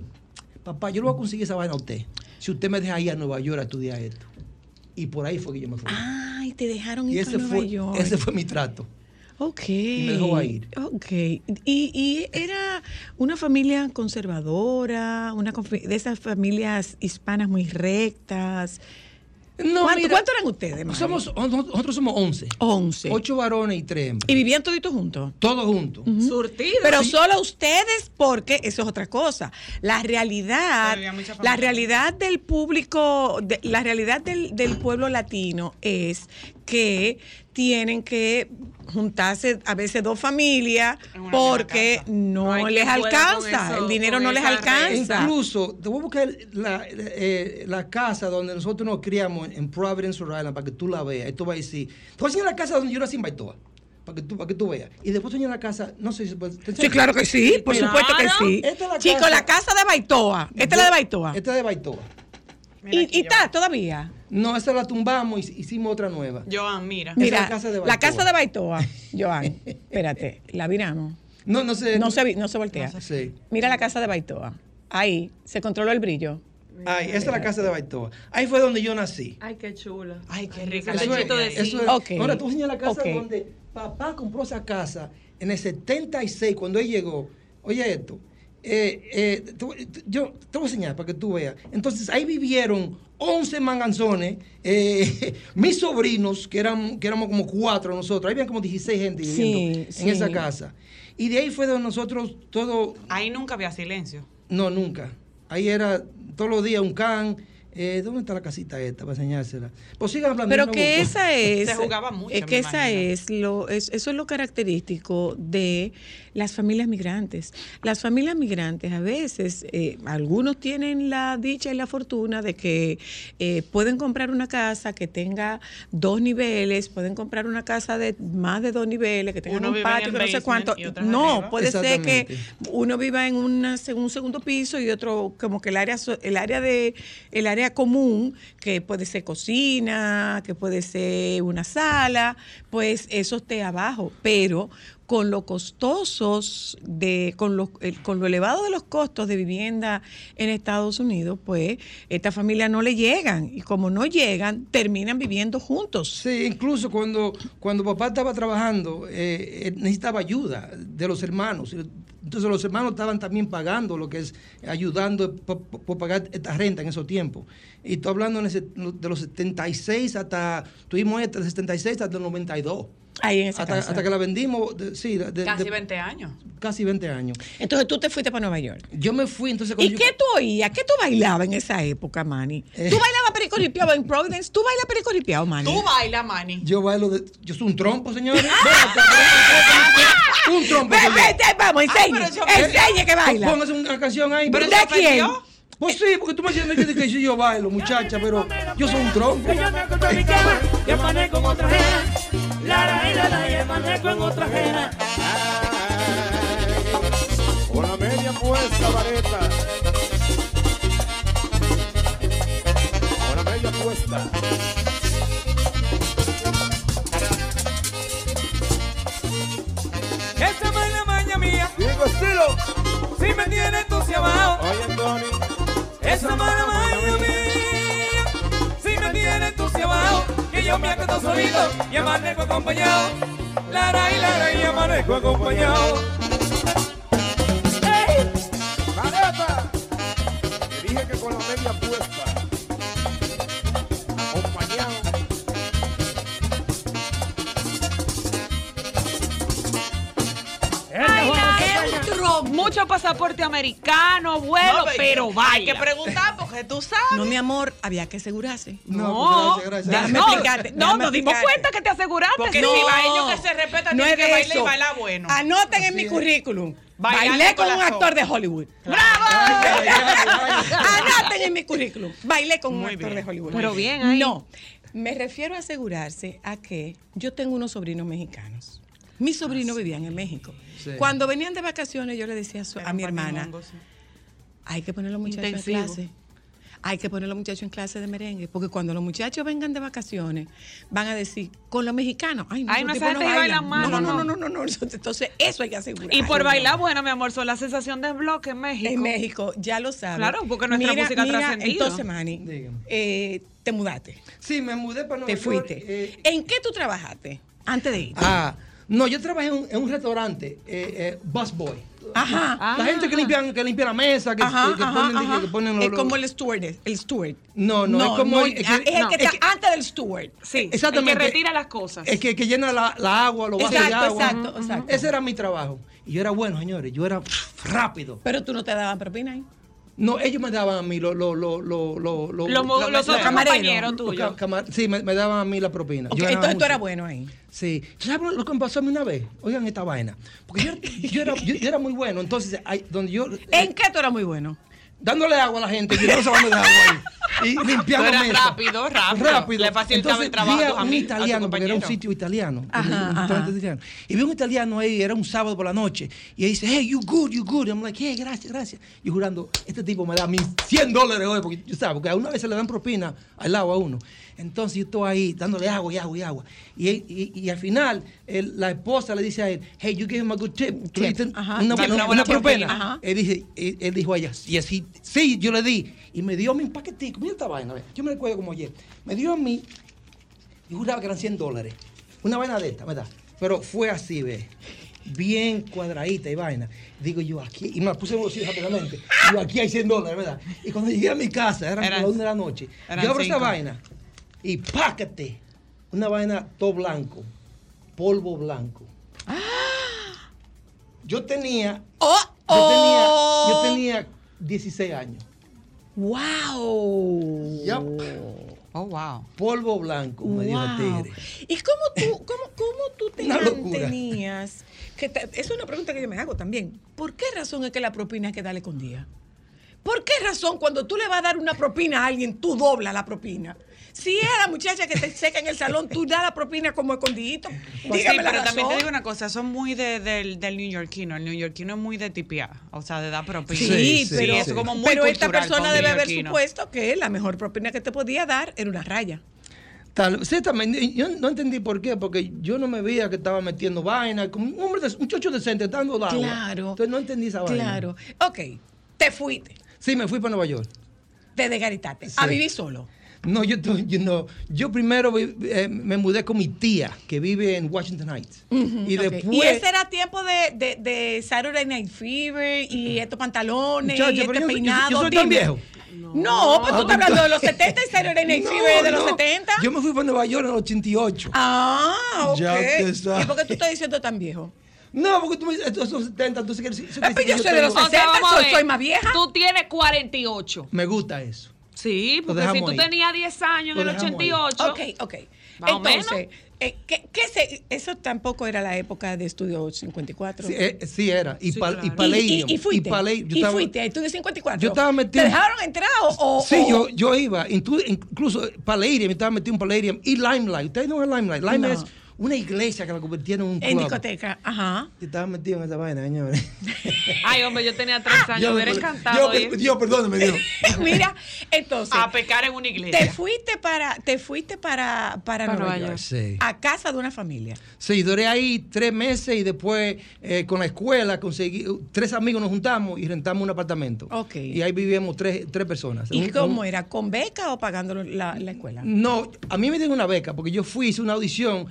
G: Papá, yo le voy a conseguir esa vaina a usted. Si usted me deja ir a Nueva York a estudiar esto. Y por ahí fue que yo me fui.
C: Ay, te dejaron ir
G: y
C: a
G: ese
C: Ah, Nueva
G: fue,
C: York.
G: ese fue mi trato.
C: Ok.
G: me dejó ir.
C: Ok. Y, y era una familia conservadora, una confi- de esas familias hispanas muy rectas.
G: No,
C: ¿Cuánto-
G: mira,
C: cuánto eran ustedes, Mario?
G: Somos, oh, nosotros somos 11.
C: 11.
G: 8 varones y 3 hembras.
C: Y vivían toditos juntos.
G: Todos juntos.
F: Surtida.
C: Pero solo ustedes, porque eso es otra cosa. La realidad,
E: Había mucha familia.
C: la realidad del público, de- la realidad del, del pueblo latino es que tienen que juntarse a veces dos familias
E: En una
C: porque
E: misma casa.
C: no,
F: No hay
C: les
F: quien pueda
C: alcanza,
F: con eso,
C: el dinero
F: con
C: no les
F: esa
C: alcanza.
G: Incluso, te voy a buscar la, eh, la casa donde nosotros nos criamos en Providence, Rhode Island, para que tú la veas. Y tú vas a decir, te voy a enseñar la casa donde yo nací en Baitoa, para que tú, para que tú veas. Y después te enseño la casa, no sé si... pues, te
C: Sí,
G: enseño.
C: claro que sí, por
G: Mira,
C: supuesto que sí.
G: Esta es la
C: Chicos,
G: casa-
C: la casa de Baitoa. Esta es la de Baitoa.
G: Esta es de Baitoa.
E: Mira
C: Y,
E: aquí,
C: y está todavía.
G: No, esa la tumbamos y hicimos otra nueva.
E: Joan. Joan, mira.
C: Mira,
G: la casa de
C: la casa
G: Baitoa.
C: de Baitoa, Joan, espérate, la viramos.
G: No, no sé.
C: No se, vi- no se voltea.
G: Sí.
C: Mira la casa de Baitoa. Ahí se controló el brillo.
G: Ay, esa es la casa de Baitoa. Ahí fue donde yo nací.
F: Ay, qué chula.
E: Ay, qué rica la
G: Eso es,
E: yuca.
G: eso es.
C: Ok.
G: Ahora tú enseñas la casa
C: Ok.
G: donde papá compró esa casa en el 76, cuando él llegó. Oye, esto. eh, eh, tú- tú- yo te voy a enseñar para que tú veas. Entonces ahí vivieron 11 manganzones. eh, mis sobrinos, que, eran, que éramos como cuatro nosotros, ahí habían como 16 gente
C: Sí,
G: viviendo en
C: sí.
G: esa casa. Y de ahí fue donde nosotros todo
E: Ahí nunca había silencio.
G: no, nunca. Ahí era todos los días un can. Eh, ¿Dónde está la casita esta para enseñársela? Pues sigan hablando. yo
C: Pero
G: no
C: que
G: busco.
C: esa es.
E: Se jugaba mucho,
C: Es que
E: me
C: esa
E: imagino.
C: es lo, es- eso es lo característico de las familias migrantes. Las familias migrantes a veces, eh, algunos tienen la dicha y la fortuna de que eh, pueden comprar una casa que tenga dos niveles, pueden comprar una casa de más de dos niveles, que tenga
E: Uno
C: un
E: vive en
C: patio,
E: el
C: que no sé
E: basement
C: cuánto.
E: y otras
C: No,
E: arriba.
C: puede ser que
G: Exactamente.
C: uno viva en una, seg- un segundo piso y otro como que el área so- el área de el área común que puede ser cocina que puede ser una sala pues eso esté abajo pero con lo costosos de con lo, eh, con lo elevado de los costos de vivienda en Estados Unidos pues esta familia no le llegan y como no llegan terminan viviendo juntos
G: Sí, incluso cuando, cuando papá estaba trabajando, eh, él necesitaba ayuda de los hermanos. Entonces los hermanos estaban también pagando lo que es ayudando por, por pagar esta renta en esos tiempos. Y estoy hablando en ese- de los 76 hasta, tuvimos ahí hasta el 76 hasta el 92.
C: ahí en esa
G: Hasta,
C: casa.
G: hasta que la vendimos, de- sí, de- de-
E: Casi
G: de-
E: 20 años.
G: casi 20 años.
C: entonces tú te fuiste para Nueva York
G: Yo me fui, entonces
C: ¿Y
G: yo-
C: qué tú oías? ¿Qué tú bailabas en esa época, Manny? ¿Tú
G: Eh.
C: bailabas pericoripiado en Providence? ¿Tú bailas pericoripiado, Manny?
E: Tú baila, Manny.
G: Yo bailo de. Yo soy un trompo, señores. Véate, un trompo.
C: Ven,
G: señor.
C: ven, ven, este, vamos, enseñe.
E: pero yo-
C: enseñe que baila.
G: Póngase una canción ahí.
E: Pero
C: ¿De
E: se
C: quién?
E: perdió.
G: Pues sí, porque tú me diciendo que, que sí yo bailo, muchacha, pero yo soy un trompo.
I: Con la media puesta, vareta. Con la media puesta.
J: Esta es la maña mía,
I: Digo estilo.
J: si me tiene entusiasmado.
I: Oye, Tony.
J: Esa es la maña mía, si me tiene entusiasmado. Que yo me acosto solito y amanezco acompañado. Lara y lara y amanezco acompañado. ¡Ey!
I: Vareta. Te dije que con la media puesta. Acompañado.
F: Mucho pasaporte americano, abuelo, pero
E: Hay que
F: vaya.
E: preguntar porque tú sabes.
C: No, mi amor, había que asegurarse.
G: No, pues, gracias, gracias.
C: déjame
F: no,
C: explicarte,
F: No,
C: déjame
F: nos dimos
C: explicarte.
F: cuenta que te aseguraste.
E: Porque
F: no.
E: si va ellos que se respetan, tienen que
C: de
E: bailar y
C: eso.
E: bailar bueno.
C: Anoten en
G: Así
C: mi
G: es.
C: currículum.
E: Bailando
C: Bailé con
E: con
C: un
E: la
C: actor
E: soga.
C: de Hollywood.
G: Ay, ay, ay, ay.
C: Anoten en mi currículum. Bailé con un actor de Hollywood.
F: Pero bien ahí.
C: No, me refiero a asegurarse a que yo tengo unos sobrinos mexicanos. Mis
F: Ah,
C: sobrinos vivían en México.
G: Sí.
C: Cuando venían de vacaciones, yo le decía a, su- a mi hermana, hay que poner a los muchachos
E: Intensivo.
C: en clase. Hay que poner a los muchachos en clase de merengue, porque cuando los muchachos vengan de vacaciones, van a decir, con los mexicanos, ay, no,
F: Ay,
C: esos
F: no, esa
C: tipos no
F: gente que
C: bailan.
F: bailan
C: no,
F: mal,
C: no, no,
F: no.
C: no, no, no, no. entonces eso hay que asegurar.
F: Y por bailar, bueno, mi amor, son la sensación de bloque en México.
C: En México, ya lo sabes.
F: Claro, porque nuestra música ha trascendido.
C: Entonces, Manny,
G: Dígame.
C: eh, te mudaste,
G: Sí, me mudé para Nueva
C: te
G: York,
C: fuiste.
G: eh,
C: ¿En qué tú trabajaste antes de irte?
G: ah, no, yo trabajé en un, en un restaurante, eh, eh, busboy.
C: Ajá.
G: la gente que limpia, que limpia la mesa, Ah, que,
C: Ah. Ajá,
G: que- que
C: ajá,
G: ponen,
C: ajá.
G: que ponen los-
C: es como el steward, el steward.
G: No, no, es como el- es
C: es,
G: que-
C: el
G: no.
C: que
G: Es
C: está antes del steward.
F: Sí,
G: Exactamente.
F: El que retira las cosas.
G: Es que, que llena la, la agua, los vasos de
C: Exacto,
G: agua.
C: exacto, exacto.
G: Ese era mi trabajo. Y yo era bueno, señores. Yo era rápido.
C: Pero tú no te daban propina ahí.
G: No, ellos me daban a mí los los los los los los
E: Los mo- los otros compañeros
G: los
E: tuyos.
G: ca- camar- sí, me, me daban a mí la propina.
C: Ok,
G: Yo ganaba
C: entonces tú
G: mucho.
C: eras bueno ahí.
G: Sí. ¿Tú sabes lo que me pasó a mí una vez? Oigan esta vaina. Porque yo, yo era, yo, yo era muy bueno. Entonces, ahí donde yo. ¿En
C: qué tú eras muy bueno?
G: Dándole agua a la gente, tirando sabando de agua ahí. Y limpiando
E: Tú eras
G: mesas.
E: rápido, rápido. Le facilitaba el
G: Entonces,
E: trabajo
G: vi
E: a
G: a
E: tus
G: un
E: ami- a tus
G: italiano, porque era un
E: compañeros.
G: sitio italiano.
E: Ajá,
G: un restaurante
E: ajá.
G: italiano. Y vi un italiano ahí, era un sábado por la noche. Y él dice, hey, you good, you good. I'm like, hey, gracias, gracias. Y jurando, este tipo me da mis 100 dólares hoy, porque yo sabes, porque a una vez se le dan propina al agua a uno. Entonces yo estoy ahí dándole agua y agua y agua. Y, él- y, y al final, él- la esposa le dice a él, hey, you gave him a good tip. Tú le diste
E: Ajá.
G: una,
E: Dale una
G: una, una,
E: buena propina.
G: propina.
E: Ajá.
G: Él, dice, él, él dijo a ella, sí, sí, sí, yo le di. Y me dio a mí un paquetico. Mira esta vaina, ve. yo me recuerdo como ayer. Me dio a mí, yo juraba que eran 100 dólares. Una vaina de esta, ¿verdad? Pero fue así, ve. Bien cuadradita y vaina. Digo yo aquí, y me la puse en los bolsillos rápidamente. Digo aquí hay 100 dólares, ¿verdad? Y cuando llegué a mi casa, eran
E: Eran-
G: las 1 de la noche.
E: eran
G: Yo abro esa
E: cinco.
G: vaina y pácate. Una vaina todo blanco, polvo blanco.
E: ¡Ah!
G: Yo tenía
E: Oh,
G: yo tenía, yo tenía 16 años. ¡Wow!
E: Oh, wow.
G: Polvo blanco, me dijo el
C: Wow.
G: tigre.
C: ¿Y cómo tú, cómo, cómo tú te
G: Una locura.
C: mantenías? Que te- es una pregunta que yo me hago también. ¿Por qué razón es que la propina hay que darle con día? ¿Por qué razón cuando tú le vas a dar una propina a alguien, tú doblas la propina? Si es la muchacha que te seca en el salón, tú das la propina como escondidito. Dígame
E: Pues sí,
C: la
E: pero también te
C: razón.
E: digo una cosa, son muy de- del, del neoyorquino. El neoyorquino es muy de tipiar, o sea, de dar propina.
C: Sí, pero,
E: es como muy
C: pero esta
E: cultural
C: persona
E: con
C: debe haber
E: neoyorquino.
C: supuesto que la mejor propina que te podía dar era una raya.
G: Tal, sí, también, y yo no entendí por qué, porque yo no me veía que estaba metiendo vaina, como un hombre, de- un chocho decente, dando agua.
C: Claro.
G: Entonces no entendí esa vaina.
C: Claro. Ok, te fuiste,
G: Sí, me fui para Nueva York.
C: te desgaritaste, a
G: Sí.
C: vivir solo.
G: No, yo, tu- yo no. Yo primero vi- eh, me mudé con mi tía, que vive en Washington Heights. Y
C: Ok.
G: después.
C: Y ese era tiempo de, de, de Saturday Night Fever y estos pantalones
G: Chacho,
C: y
G: Mm. pero
C: este
G: yo soy- yo soy-
C: peinado.
G: yo soy tan
C: dime.
G: viejo.
C: No, pues tú estás hablando de los 70 y Saturday Night
G: No,
C: Fever de los
G: no.
C: 70.
G: Yo me fui para Nueva York en el 88.
C: Ah, ok.
G: Ya te sabes.
C: ¿Y por qué tú estás diciendo tan viejo?
G: No, porque tú me dices, estos son 70, entonces quieres decir. eso
C: Ah, pero
G: quiere
C: yo
G: decir
C: soy
G: que
C: de los
G: tengo-
C: 60,
F: vamos a
C: soy,
F: ver.
C: soy más vieja.
F: Tú tienes 48.
G: Me gusta eso.
F: Sí,
G: Lo
F: porque si
G: dejamos
F: tú
G: ahí.
F: tenías 10 años
G: Lo
F: en el
G: dejamos ahí.
F: 88.
C: Ok, ok.
F: Más o
C: Entonces,
F: menos.
C: eh, ¿qué, qué se- eso tampoco era la época de Estudio 54.
G: Sí, eh, sí era. Y,
C: Sí,
G: pa-
C: claro.
G: y Palladium.
C: Y, y fuiste.
G: Y Palladium. Yo
C: Y
G: estaba-
C: fuiste a Estudio 54.
G: Yo estaba metido-
C: ¿Te dejaron entrar o.? o-
G: Sí,
C: o-
G: yo, yo iba, Intu- incluso Palladium, estaba metido en Palladium y Limelight. Ustedes no ven Limelight. Limelight
C: No.
G: es una iglesia que la convirtieron en un club.
C: En discoteca, ajá.
G: Yo estaba metido en esa vaina, señores.
F: Ay, hombre, yo tenía 3 años. me hubiera encantado.
G: Ah, Yo,
F: ir.
G: Dios, perdóneme, Dios.
C: Mira, entonces.
F: A pecar en una iglesia.
C: Te fuiste para, te fuiste para, para,
G: Para
C: Nueva
G: Nueva
C: York.
G: York, sí.
C: A casa de una familia.
G: Sí, duré ahí tres meses y después eh, con la escuela conseguí, tres amigos nos juntamos y rentamos un apartamento.
C: Ok.
G: Y ahí vivíamos tres, tres personas.
C: ¿Y
G: Un-
C: cómo
G: un- Mm.
C: era? ¿Con beca o pagando la, la escuela?
G: No, a mí me dieron una beca porque yo fui, hice una audición.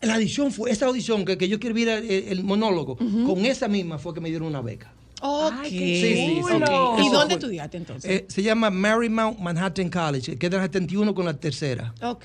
G: La audición fue, esa audición que, que yo escribí el, el monólogo, con esa misma fue que me dieron una beca.
C: Ok.
G: qué Sí, sí, sí. chulo.
C: ¿Y
G: Eso
C: dónde
G: fue.
C: estudiaste entonces?
G: Eh, se llama Marymount Manhattan College, que es del 71 con la tercera.
C: ok.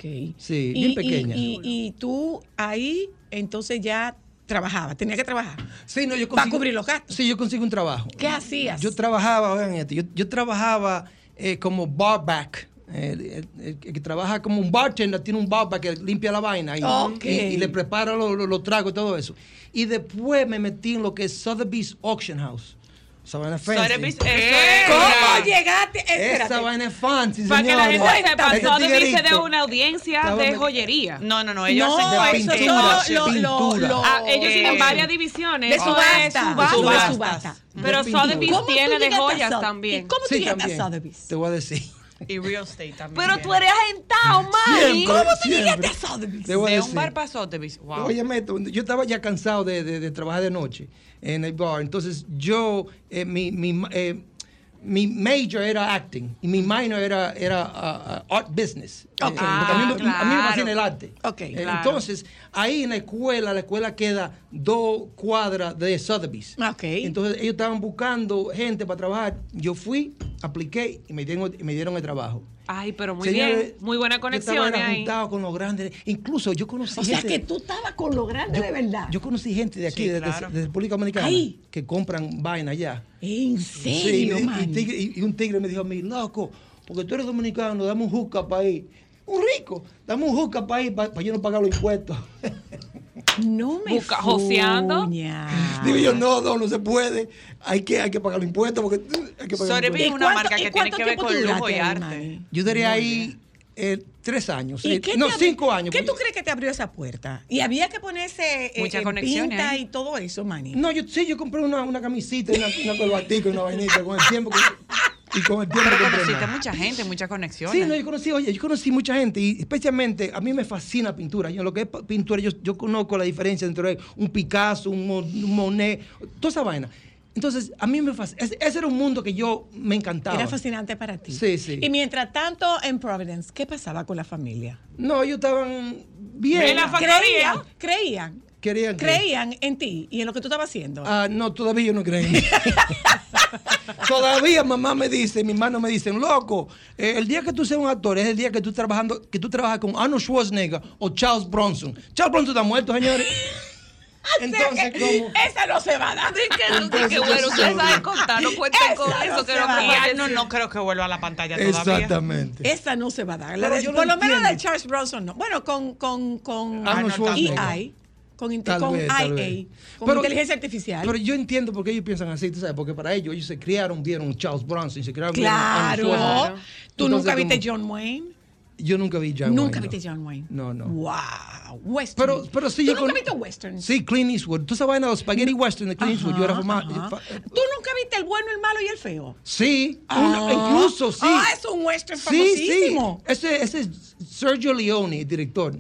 C: Y-
G: Sí, bien
C: y-
G: pequeña.
C: Y, y tú ahí entonces ya trabajabas, tenías que trabajar.
G: Sí, no, yo
C: Para
G: consigo-
C: cubrir los gastos.
G: Sí, yo consigo un trabajo.
C: ¿Qué hacías?
G: Yo trabajaba, oigan esto, yo, yo trabajaba eh, como barback. Eh, El, el- el que trabaja como un bartender tiene un barback que limpia la vaina y,
C: Ok.
G: y- y le prepara lo- lo- los tragos y todo eso. Y después me metí en lo que es Sotheby's Auction House. Esa vaina es fancy.
E: Sotheby's,
F: eh,
E: eso era-
C: ¿Cómo llegaste?
G: Esa
C: Espérate.
G: vaina es fancy,
F: Para que la
G: señores.
F: gente sepa,
G: Ese
F: Sotheby's es de
G: tiguerito.
F: una audiencia
G: Estaba
F: de
G: metido.
F: joyería.
E: No, no, no, ellos
F: ellos
E: hacen
G: eso pintura, son lo- lo- pintura. lo-
F: Ah, ellos tienen
E: eh,
F: varias divisiones.
C: de
F: Eso es
C: subasta.
F: subasta.
C: De subasta.
F: Pero
G: De pintura.
F: Sotheby's
G: ¿Cómo
F: tiene de joyas
C: Sotheby's?
F: también.
C: ¿Y cómo tú
G: Sí,
C: llegaste
G: también.
C: a Sotheby's?
G: Te voy a decir.
E: Y real estate también.
F: Pero tú eres agentado, Mari.
G: Siempre,
F: ¿Cómo tú
G: siempre.
F: llegaste a Sotheby's?
G: Te voy a
E: De un
G: decir.
E: bar para Sotheby's. Wow.
G: Oye, Meto, yo estaba ya cansado de, de- de trabajar de noche en el bar. Entonces, yo, eh, mi, mi, eh, mi major era acting y mi minor era, era ah, ah, art business. Eh,
C: Ok.
G: porque a, mí, me-
F: Ah,
G: a mí me
F: claro.
G: fascina el arte.
C: Ok,
G: Eh,
F: claro.
G: Entonces, ahí en la escuela, la escuela queda dos cuadras de Sotheby's.
C: Ok.
G: Entonces, ellos estaban buscando gente para trabajar. Yo fui, apliqué y me dieron, y me dieron el trabajo.
F: Ay, pero muy
G: Señores,
F: bien. Muy buena
G: Yo
F: conexión ¿eh?
G: estaba era
F: ahí.
G: juntado con los grandes. Incluso yo conocí
F: O sea,
G: gente-
F: que tú estabas con los grandes
G: Yo-
F: de verdad.
G: Yo conocí gente de aquí,
F: Sí,
G: de, de-
F: claro.
G: de República Dominicana,
F: Ay.
G: que compran vaina allá.
C: ¿En
F: serio,
G: y, me- y
F: man?
G: tigre- y- y un tigre me dijo a mí, loco, porque tú eres dominicano, dame un juca para ahí. Un rico, dame un juca para ahí, para yo no pagar los impuestos.
C: No
F: me Busca- joseando.
G: Digo yo, no, no, no se puede. Hay que, hay que pagar los impuestos porque uh, hay que pagar los
E: Sorebi es
G: impuestos".
E: una marca que tiene que ver con lujo y arte.
G: Yo diría
E: Muy
G: ahí eh, tres años,
E: ¿Y
G: seis-
E: qué
G: no,
E: te abri-
G: cinco años. pues.
C: ¿Qué
G: porque
C: tú crees que te abrió esa puerta? Y había que ponerse eh,
G: Muchas
C: eh,
G: conexiones
C: pinta
G: ahí.
C: y todo eso, Manny.
G: No, yo sí, yo compré una, una camisita, y una, una corbatica, y una vainita con el tiempo que- y con el tiempo
E: Pero
G: que
E: conociste mucha gente, muchas conexiones.
G: Sí, no, yo conocí, oye, yo conocí mucha gente y especialmente a mí me fascina pintura. Yo lo que es pa- pintura, yo, yo conozco la diferencia entre un Picasso, un, Mo- un Monet, toda esa vaina. Entonces, a mí me fascina. Ese, ese era un mundo que yo me encantaba.
C: Era fascinante para ti.
G: Sí, sí.
C: Y mientras tanto, en Providence, ¿qué pasaba con la familia?
G: No, ellos estaban bien.
C: En la creían, creían,
G: Querían que-
C: creían en ti y en lo que tú estabas haciendo.
G: Ah, no, todavía yo no creen. todavía mamá me dice, mi hermano me dicen, loco, eh, el día que tú seas un actor es el día que tú trabajando, que tú trabajas con Arnold Schwarzenegger o Charles Bronson. Charles Bronson está muerto, señores. Entonces, ¿cómo?
C: Esa no se va a dar.
G: Entonces,
E: que
G: yo
E: bueno, usted
G: soy-
E: sabe contar, no cuenten con
C: Esa
E: eso,
C: no
E: que
C: se
E: no
C: va a dar.
E: Y Arnold Ah, no creo que vuelva a la pantalla todavía.
G: Exactamente.
C: Esa no se va a dar. La
E: Pero
C: de-
E: yo lo
C: por lo menos la de
E: entiendo.
C: Charles Bronson no. Bueno, con con con
G: Arnold Schwarzenegger.
C: EI, con, inte-
G: Ah, Tal
C: con
G: vez,
C: IA,
G: tal vez.
C: con
G: Pero-
C: inteligencia artificial.
G: Pero yo entiendo por qué ellos piensan así, tú sabes, porque para ellos, ellos se criaron, vieron Charles Bronson, se criaron, vieron Arnold
C: claro.
G: Schwarzenegger.
C: Tú
G: Entonces,
C: nunca viste
G: como-
C: John Wayne.
G: Yo nunca vi John
C: nunca
G: Wayne, no.
C: viste John Wayne.
G: No, no.
C: Wow. Western.
G: Pero, pero sí,
C: ¿Tú
G: yo
C: nunca
G: con-
C: viste western?
G: Sí, Clint Eastwood. Tú sabes, los spaghetti western de Clint Eastwood. Yo era fuma- fa-
C: ¿Tú nunca viste el bueno, el malo y el feo?
G: Sí,
C: Ah.
G: un- incluso sí.
C: Ah, es un western famosísimo.
G: Sí, sí. Ese, ese es Sergio Leone, el director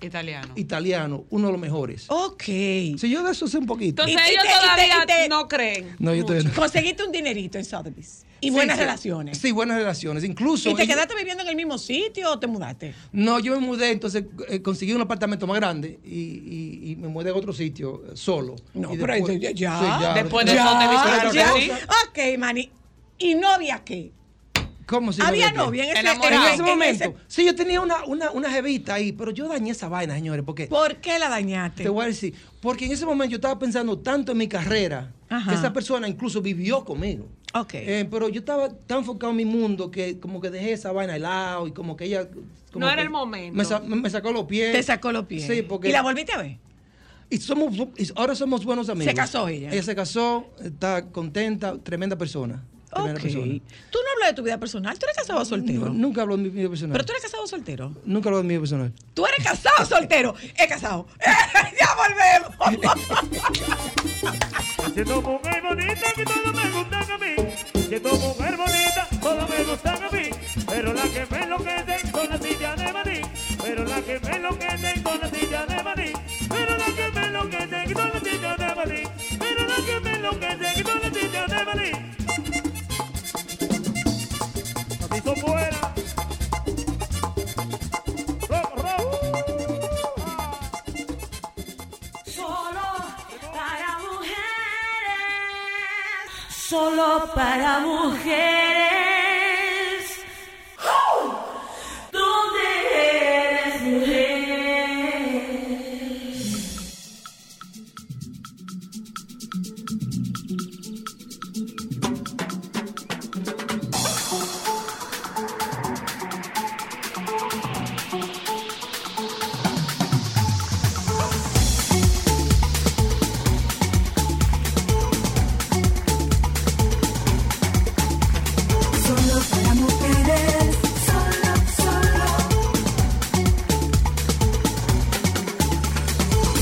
E: Italiano.
G: italiano, uno de los mejores.
C: Ok. Sí,
G: yo de eso sé un poquito.
C: Oh. Entonces Y- y ellos te- y te- todavía y te-
F: no creen.
G: No, yo todavía no.
C: Conseguiste un dinerito en Sotheby's. Y
G: Sí,
C: buenas
G: sí.
C: relaciones.
G: Sí, buenas relaciones. Incluso.
C: ¿Y te
G: ellos-
C: quedaste viviendo en el mismo sitio o te mudaste?
G: No, yo me mudé, entonces eh, conseguí un apartamento más grande y, y- y me mudé a otro sitio eh, solo.
C: No,
G: Y
C: pero
G: después-
C: eso ya- ya.
G: Sí,
C: Después de
G: Ya,
C: Sotheby's,
G: otra
C: ya.
G: cosa.
C: Ok, Manny. ¿Y novia qué?
G: ¿Cómo se
C: Había
G: llama?
C: novia en ese-
G: En
C: Enamorado.
G: ese
C: en- en
G: momento.
C: ese-
G: Sí, yo tenía una, una, una jevita ahí, pero yo dañé esa vaina, señores, porque.
C: ¿Por qué la dañaste?
G: Te voy a decir, porque en ese momento yo estaba pensando tanto en mi carrera
C: Ajá.
G: que esa persona incluso vivió conmigo.
C: Ok.
G: Eh, pero yo estaba tan enfocado en mi mundo que como que dejé esa vaina de lado y como que ella... como
F: No era
G: que
F: el momento.
G: Me, sa- me- me sacó los pies.
C: Te sacó los pies.
G: Sí, porque...
C: ¿Y la volviste a ver?
G: Y somos, y ahora somos buenos amigos.
C: Se casó ella.
G: Ella se casó, está contenta, tremenda persona. Tremenda
C: Ok.
G: persona.
C: Tú no hablas de tu vida personal. ¿Tú eres casado o soltero?
G: No, nunca hablo de mi vida personal.
C: Pero tú eres casado o soltero.
G: Nunca hablo de mi vida personal.
C: Tú eres casado o soltero. He casado. ya volvemos.
J: Siendo mujer bonita que todo me gusta a mí. Siendo mujer bonita, todo me gusta a mí. Pero la que me enloquece con la silla de maní. Pero la que me enloquece con la silla de maní. Pero la que me enloquece con la silla de maní. Pero la que me enloquece con la silla de maní. Así son buenas. Ro- ro-
K: Solo para mujeres. Solo para mujeres. ¿Dónde eres mujer?
L: Solo para mujeres, solo, solo.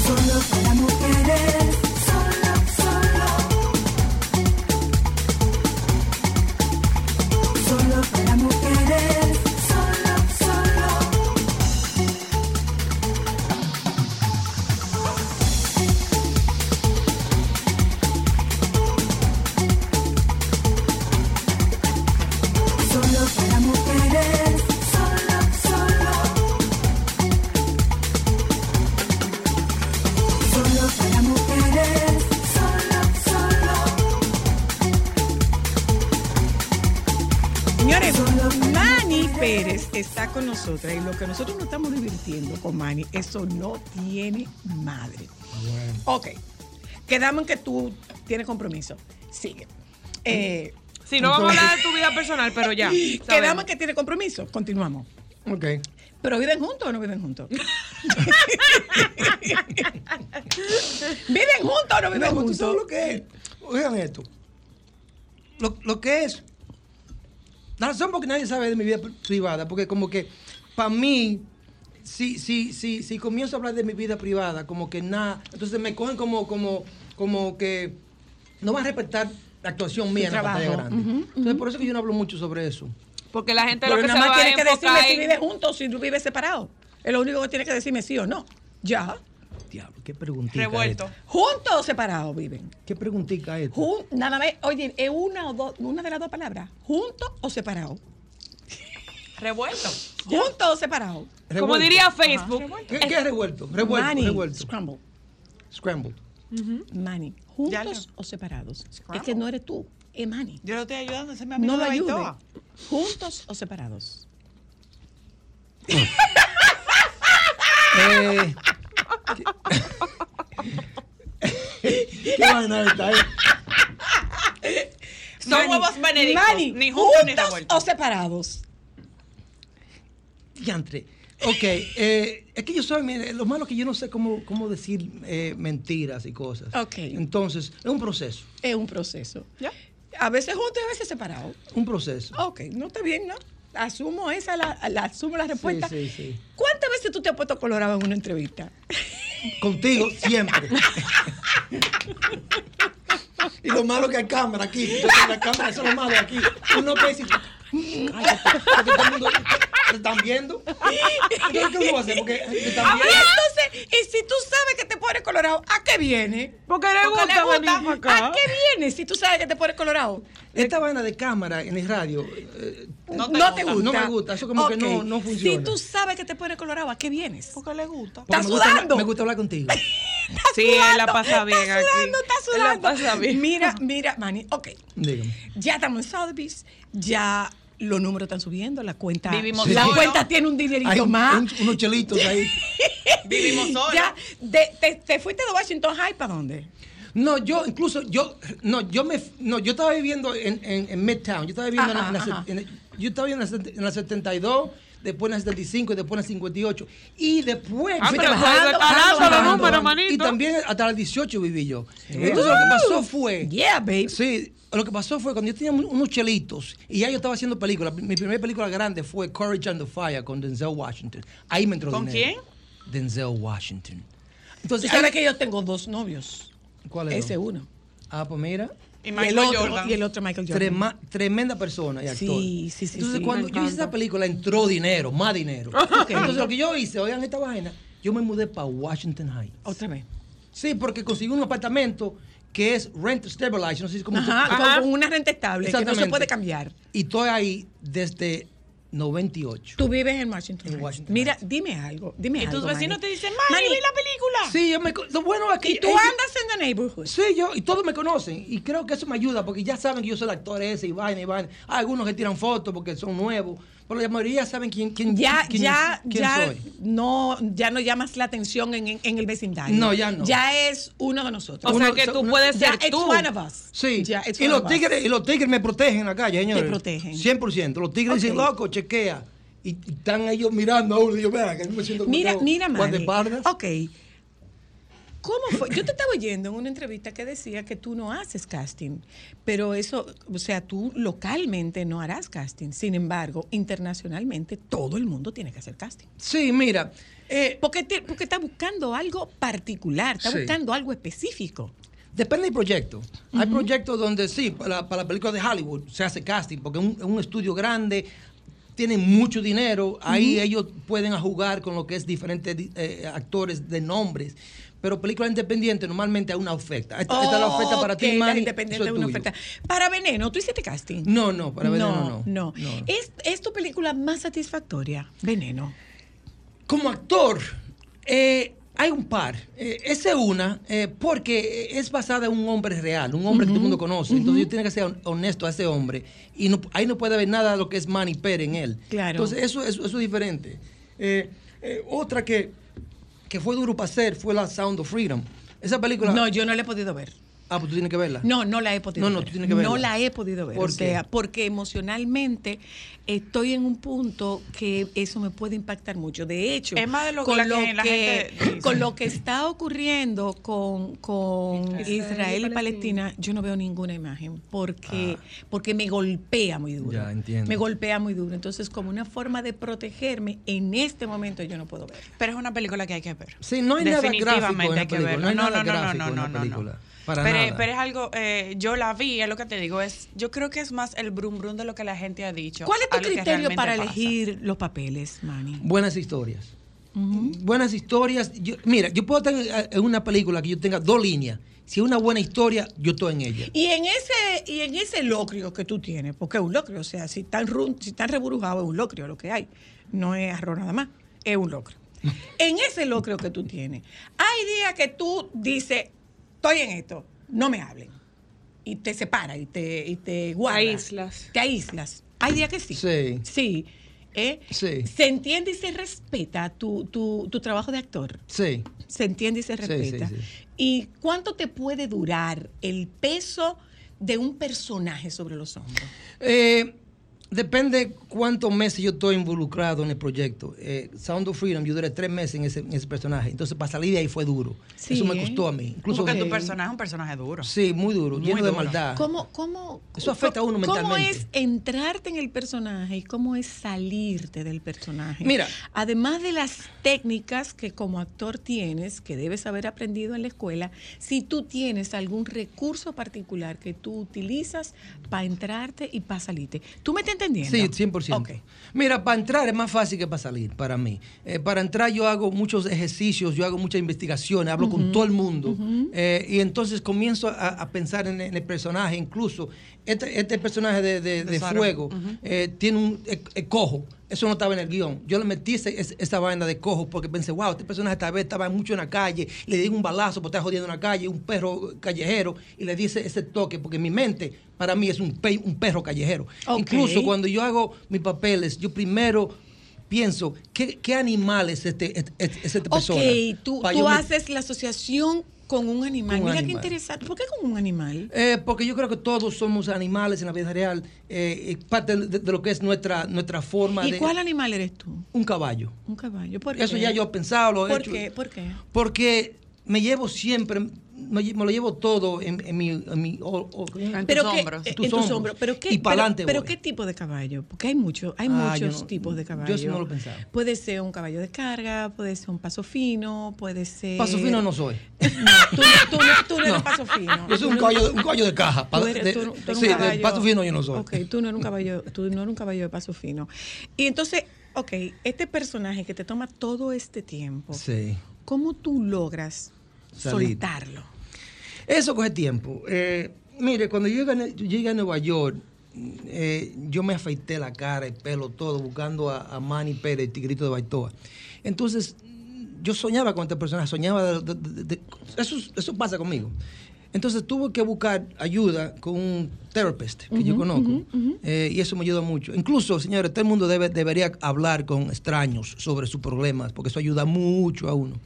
L: Solo para mujeres, solo, solo. Solo para mujeres, solo, solo. Solo
C: Señores, Manny Pérez está con nosotras y lo que nosotros nos estamos divirtiendo con Manny, eso no tiene madre. Ok, quedamos en que tú tienes compromiso. Sigue. Eh,
F: Si no, vamos a hablar de tu vida personal, pero ya.
C: Quedamos en que tiene compromiso. Continuamos.
G: Ok.
C: ¿Pero viven juntos o no viven juntos? ¿Viven juntos o no viven
G: ¿Tú
C: juntos?
G: sabes lo que es? Oigan esto. Lo, lo que es. La razón por que nadie sabe de mi vida pri- privada, porque como que para mí, si, si, si, si comienzo a hablar de mi vida privada, como que nada, entonces me cogen como, como, como que no van a respetar la actuación mía en la pantalla
C: trabajo.
G: grande. Entonces por eso que yo no hablo mucho sobre eso.
F: Porque la gente
C: Pero
F: lo que
C: nada
F: se va
C: más
F: a
C: tienes que decirme
F: enfocar
C: si
F: en-
C: vive juntos o si tú vives separado. Es lo único que tienes que decirme sí o no. Ya.
G: Diablo, qué preguntita. esta.
C: ¿Juntos o separados viven?
G: ¿Qué preguntita es?
C: Jun- nada más, oye, es una o dos, una de las dos palabras. ¿Juntos o separados?
F: Revuelto.
C: ¿Juntos o separados?
F: Como
E: Ah,
F: diría Facebook.
G: ¿Qué, qué es revuelto? Revuelto,
C: Manny,
G: revuelto.
C: Scramble.
G: Scrambled.
C: Manny, ¿juntos o separados? Es que no eres tú, es Manny.
E: Yo lo estoy ayudando, ese me
C: No lo
E: ayude.
C: ayudes. ¿Juntos o separados?
G: Eh, ¿Qué vaina está ahí?
E: Son huevos benedictos,
C: Manny,
E: ni juntos ni
C: ¿juntos
E: revueltos.
C: o separados?
G: Diantre. Ok, eh, es que yo soy, mire, lo malo es que yo no sé cómo, cómo decir eh, mentiras y cosas.
C: Ok.
G: Entonces, es un proceso,
C: Es un proceso. A veces juntos y a veces separados.
G: un proceso.
C: Ok, no está bien, ¿no? Asumo esa, la, la- asumo la respuesta.
G: Sí, sí,
C: ¿Cuántas veces tú te has puesto colorado en una entrevista?
G: sí. Contigo, siempre. y lo malo que hay cámara aquí, yo tengo la cámara, eso es lo malo aquí. Uno que dice, "Mm, cállate", porque todo el mundo, ¿te están viendo? Entonces, ¿qué uno va a hacer? Porque te
C: Ah,
G: están
C: y
G: viendo.
C: entonces, y si tú sabes que te pones colorado, ¿a qué viene?
F: Porque
C: Porque
F: le
C: le
F: gusta
C: gusta.
F: venir para acá.
C: ¿A qué viene si tú sabes que te pones colorado?
G: Esta vaina de cámara en el radio eh,
C: No te, gusta.
G: No me gusta, eso como que
C: Ok.
G: no, no funciona.
C: Si tú sabes que te pones colorado, ¿a qué vienes? Porque le gusta.
G: Porque
C: ¿Estás
G: me gusta hablar-
C: sudando?
G: me gusta hablar contigo.
E: Sí, él la pasa bien
C: ¿Estás sudando?
E: aquí.
C: ¿Estás
E: Él la
C: sudando?
E: pasa bien.
C: Mira, mira, Manny, ok.
G: Dígame.
C: Ya estamos en Sotheby's, ya los números están subiendo, la cuenta,
E: Vivimos
C: la
E: solo.
C: cuenta tiene un dinerito
G: Hay un-
C: más.
G: un- unos chelitos ahí.
E: Vivimos solos.
C: Ya, de- te, te fuiste de Washington High para dónde?
G: No, yo incluso, yo, no, yo me, no, yo estaba viviendo en, en, en Midtown, yo estaba viviendo en la- en, la,
C: Ajá, ajá.
G: set- en- yo estaba viviendo en la, set- en la 72, después en la 75, después en la 58, y después...
F: Ah,
G: fui
F: pero
G: trabajando,
F: fue
G: bajando,
F: escalando los
G: bajando,
F: números,
G: bajando.
F: manito.
G: Y también hasta las 18 viví yo. Entonces lo que pasó fue...
C: Yeah, babe.
G: Sí, lo que pasó fue cuando yo tenía mu- unos chelitos y ya yo estaba haciendo películas. Mi primera película grande fue Courage and the Fire con Denzel Washington. Ahí me entró
E: ¿Con
G: dinero. Denzel Washington.
C: Tú
G: Entonces,
C: sabes
G: ahí-
C: que yo tengo dos novios.
G: ¿Cuál es?
C: Ese uno.
G: Ah, pues mira.
C: Y
E: Y
C: el
E: Michael
C: otro,
E: Jordan.
C: y el otro Michael Jordan.
G: Trema- tremenda persona y actor.
C: Sí, sí, sí,
G: Entonces,
C: sí.
G: cuando
C: Me
G: yo hice
C: encanta.
G: esa película, entró dinero, más dinero.
C: Ok.
G: Entonces, lo que yo hice, oigan esta vaina, yo me mudé para Washington Heights.
C: Otra vez.
G: Sí, porque conseguí un apartamento que es rent stabilized, no sé si cómo tú-
C: Ajá, con- Con una renta estable que no se
G: Exactamente.
C: puede cambiar.
G: Y estoy ahí desde 98.
C: Tú vives en Washington.
G: En
C: Heights.
G: Washington
C: Mira, dime algo. Dime
E: Y
C: algo.
E: tus vecinos
C: Manny.
E: te dicen, Mani,
C: Manny.
E: vi la película.
G: Sí, yo me, co- lo bueno es que
C: Y tú
G: ellos-
C: andas en the neighborhood.
G: Sí, yo, y todos me conocen, y creo que eso me ayuda, porque ya saben que yo soy el actor ese, y vaina, y vaina. Hay algunos que tiran fotos porque son nuevos, pero la mayoría saben quién, quién,
C: Ya,
G: quién-
C: ya,
G: quién
C: ya
G: soy.
C: no, ya no llamas la atención en, en- en el vecindario.
G: No, ya no.
C: Ya es uno de nosotros.
F: O sea
G: Uno-
F: que tú
G: uno-
F: puedes
C: ya
F: ser
C: it's
F: tú.
C: one of us.
G: Sí,
C: Ya, it's
G: y,
C: one
G: los
C: of us.
G: tigres, y los tigres me protegen en la calle, señores.
C: protegen.
G: 100%. Los tigres dicen,
C: Ok.
G: loco, chequea. Y, y están ellos mirando a uno, y yo, vea, que yo me siento como
C: Mira,
G: todo
C: mira, Manny.
G: guardaespaldas.
C: Ok. ¿Cómo fue? Yo te estaba oyendo en una entrevista que decía que tú no haces casting, pero eso, o sea, tú localmente no harás casting. Sin embargo, internacionalmente todo el mundo tiene que hacer casting.
G: Sí, mira, eh,
C: Porque, te- porque está buscando algo particular, está
G: Sí.
C: buscando algo específico.
G: Depende del proyecto. Hay proyectos donde sí, para, para la película de Hollywood se hace casting, porque es un, es un estudio grande, tienen mucho dinero, ahí ellos pueden jugar con lo que es diferentes di- eh, actores de nombres. Pero películas independientes normalmente hay una oferta. Esta, esta es la oferta para
C: Ok,
G: ti,
C: la
G: Manny,
C: independiente
G: eso es
C: es una
G: tuyo.
C: oferta. Para Veneno, ¿tú hiciste casting?
G: No, no, para Veneno no.
C: No,
G: No, no.
C: ¿Es, es tu película más satisfactoria, Veneno.
G: Como actor, eh, Hay un par. Eh, esa es una, eh, porque es basada en un hombre real, un hombre que todo el mundo conoce. Entonces, yo tiene que ser hon- honesto a ese hombre. Y no- ahí no puede haber nada de lo que es Manny Pérez en él.
M: Claro.
G: Entonces, eso, eso, eso es diferente. Eh, eh, otra que, que fue duro para hacer fue la Sound of Freedom. Esa película.
C: No, yo no la he podido ver.
G: Ah, pues tú tienes que verla.
C: No, no la he podido
G: No, no,
C: ver.
G: tú tienes que verla.
C: No la he podido ver.
G: ¿Por
C: o
G: qué?
C: sea, porque emocionalmente estoy en un punto que eso me puede impactar mucho. De hecho,
E: Es más de lo que
C: con,
E: la-
C: lo
E: que la
C: que-
E: gente dice.
C: con lo que está ocurriendo con, con Israel, y Palestina, yo no veo ninguna imagen porque, porque me golpea muy duro.
G: Ah. Ya, entiendo.
C: Me golpea muy duro. Entonces, como una forma de protegerme, en este momento yo no puedo ver.
E: Pero es una película que hay que ver.
G: Sí, no hay nada gráfico en
E: Definitivamente
G: la
E: hay que
G: película. No hay
E: verla.
G: nada
E: No, no, no,
G: gráfico
E: no,
G: en
E: no, no,
G: la
E: no.
G: película. Para
E: Pero,
G: nada.
E: pero es algo, eh, yo la vi, es lo que te digo, es, yo creo que es más el brum brum de lo que la gente ha dicho.
C: ¿Cuál es tu
E: a lo que
C: criterio
E: realmente
C: para
E: pasa.
C: elegir los papeles, Manny?
G: Buenas historias. Buenas historias. Yo- mira, yo puedo tener eh, en una película que yo tenga dos líneas. Si es una buena historia, yo estoy en ella.
C: Y en ese y en ese locrio que tú tienes, porque es un locrio, o sea, si están ru- si están reburujados es un locrio lo que hay, no es arroz nada más, es un locrio. En ese locrio que tú tienes, hay días que tú dices, estoy en esto, no me hablen. Y te separas y te y te guardas.
F: aíslas.
C: Te aíslas. Hay días que sí.
G: Sí.
C: Sí. ¿eh?
G: Sí.
C: Se entiende y se respeta tu, tu, tu trabajo de actor.
G: Sí.
C: Se entiende y se
G: Sí,
C: respeta.
G: sí, sí.
C: ¿Y cuánto te puede durar el peso de un personaje sobre los hombros?
G: Eh, depende cuántos meses yo estoy involucrado en el proyecto. Eh, Sound of Freedom, yo duré tres meses en ese, en ese personaje. Entonces, para salir de ahí fue duro.
C: Sí,
G: Eso me
C: ¿eh?
G: costó a mí. Incluso
E: Porque tu personaje es un personaje duro.
G: Sí, muy duro,
E: Muy
G: lleno de
E: duro.
G: maldad.
C: ¿Cómo, cómo,
G: Ah. Eso afecta a uno
C: ¿Cómo
G: mentalmente.
C: es entrarte en el personaje y cómo es salirte del personaje?
G: Mira.
C: Además de las técnicas que como actor tienes, que debes haber aprendido en la escuela, si tú tienes algún recurso particular que tú utilizas para entrarte y para salirte. ¿Tú me estás entendiendo?
G: Sí, 100%. Mira, para entrar es más fácil que para salir, para mí. Eh, para entrar yo hago muchos ejercicios, yo hago muchas investigaciones, hablo con todo el mundo. Eh, y entonces comienzo a, a pensar en, en el personaje, incluso este, este personaje de, de- de
N: Sara.
G: Fuego
N: Ujú.
G: eh, tiene un eh, eh, cojo. Eso no estaba en el guión. Yo le metí ese- es- esa vaina de cojo porque pensé, wow, este personaje esta vez estaba mucho en la calle, le di un balazo porque está jodiendo en la calle, un perro callejero, y le di ese, ese toque porque mi mente para mí es un, pe- un perro callejero.
C: Ok.
G: Incluso cuando yo hago mis papeles, yo primero pienso, ¿qué, qué animal es, este, es, es- es esta persona?
C: Ok, tú,
G: Pa'
C: tú
G: yo me-
C: haces la asociación con un animal.
G: Con un
C: Mira qué
G: animal.
C: interesante. ¿Por qué con un animal?
G: Eh, porque yo creo que todos somos animales en la vida real, eh, es parte de, de lo que es nuestra, nuestra forma
C: ¿Y
G: de...
C: cuál animal eres tú?
G: Un caballo.
C: Un caballo. ¿Por
G: Eso
C: qué?
G: ya yo he pensado, lo he
C: ¿Por
G: hecho.
C: Qué? ¿Por qué?
G: Porque me llevo siempre, me, lle- me lo llevo todo en, en mi... En, mi- o- o-
C: qué- eh, en tus hombros. Pero qué,
G: y para
C: pero-
G: adelante
C: pero qué tipo de caballo? Porque hay mucho, hay
G: Ah, yo
C: muchos
G: no-
C: tipos de
G: yo eso no
C: caballo.
G: lo pensaba.
C: Puede ser un caballo de carga, puede ser un paso fino, puede ser.
G: Paso fino no soy.
C: Tú, tú no- tú no eres paso fino.
G: Yo soy un
C: Tú no-
G: caballo, un caballo de caja. pa-
C: Tú eres-
G: de-
C: tú- tú eres
G: sí,
C: un
G: de
C: caballo-
G: paso fino yo no soy.
C: Ok, tú no eres un caballo, tú no eres un caballo de paso fino. Y entonces, ok, este personaje que te toma todo este tiempo,
G: Sí.
C: ¿cómo tú logras
G: Salir.
C: soltarlo?
G: Eso coge tiempo. Eh, mire, cuando yo llegué, a Ne- yo llegué a Nueva York, eh, yo me afeité la cara, el pelo, todo, buscando a, a Manny Pérez, el tigrito de Baitoa. Entonces, yo soñaba con esta persona, soñaba de- de- de- de- eso, eso pasa conmigo. Entonces tuve que buscar ayuda con un therapist que yo
N: Ujú,
G: conozco.
N: ujú, ujú.
G: Eh, y eso me ayuda mucho. Incluso, señores, todo el mundo debe- debería hablar con extraños sobre sus problemas, porque eso ayuda mucho a uno.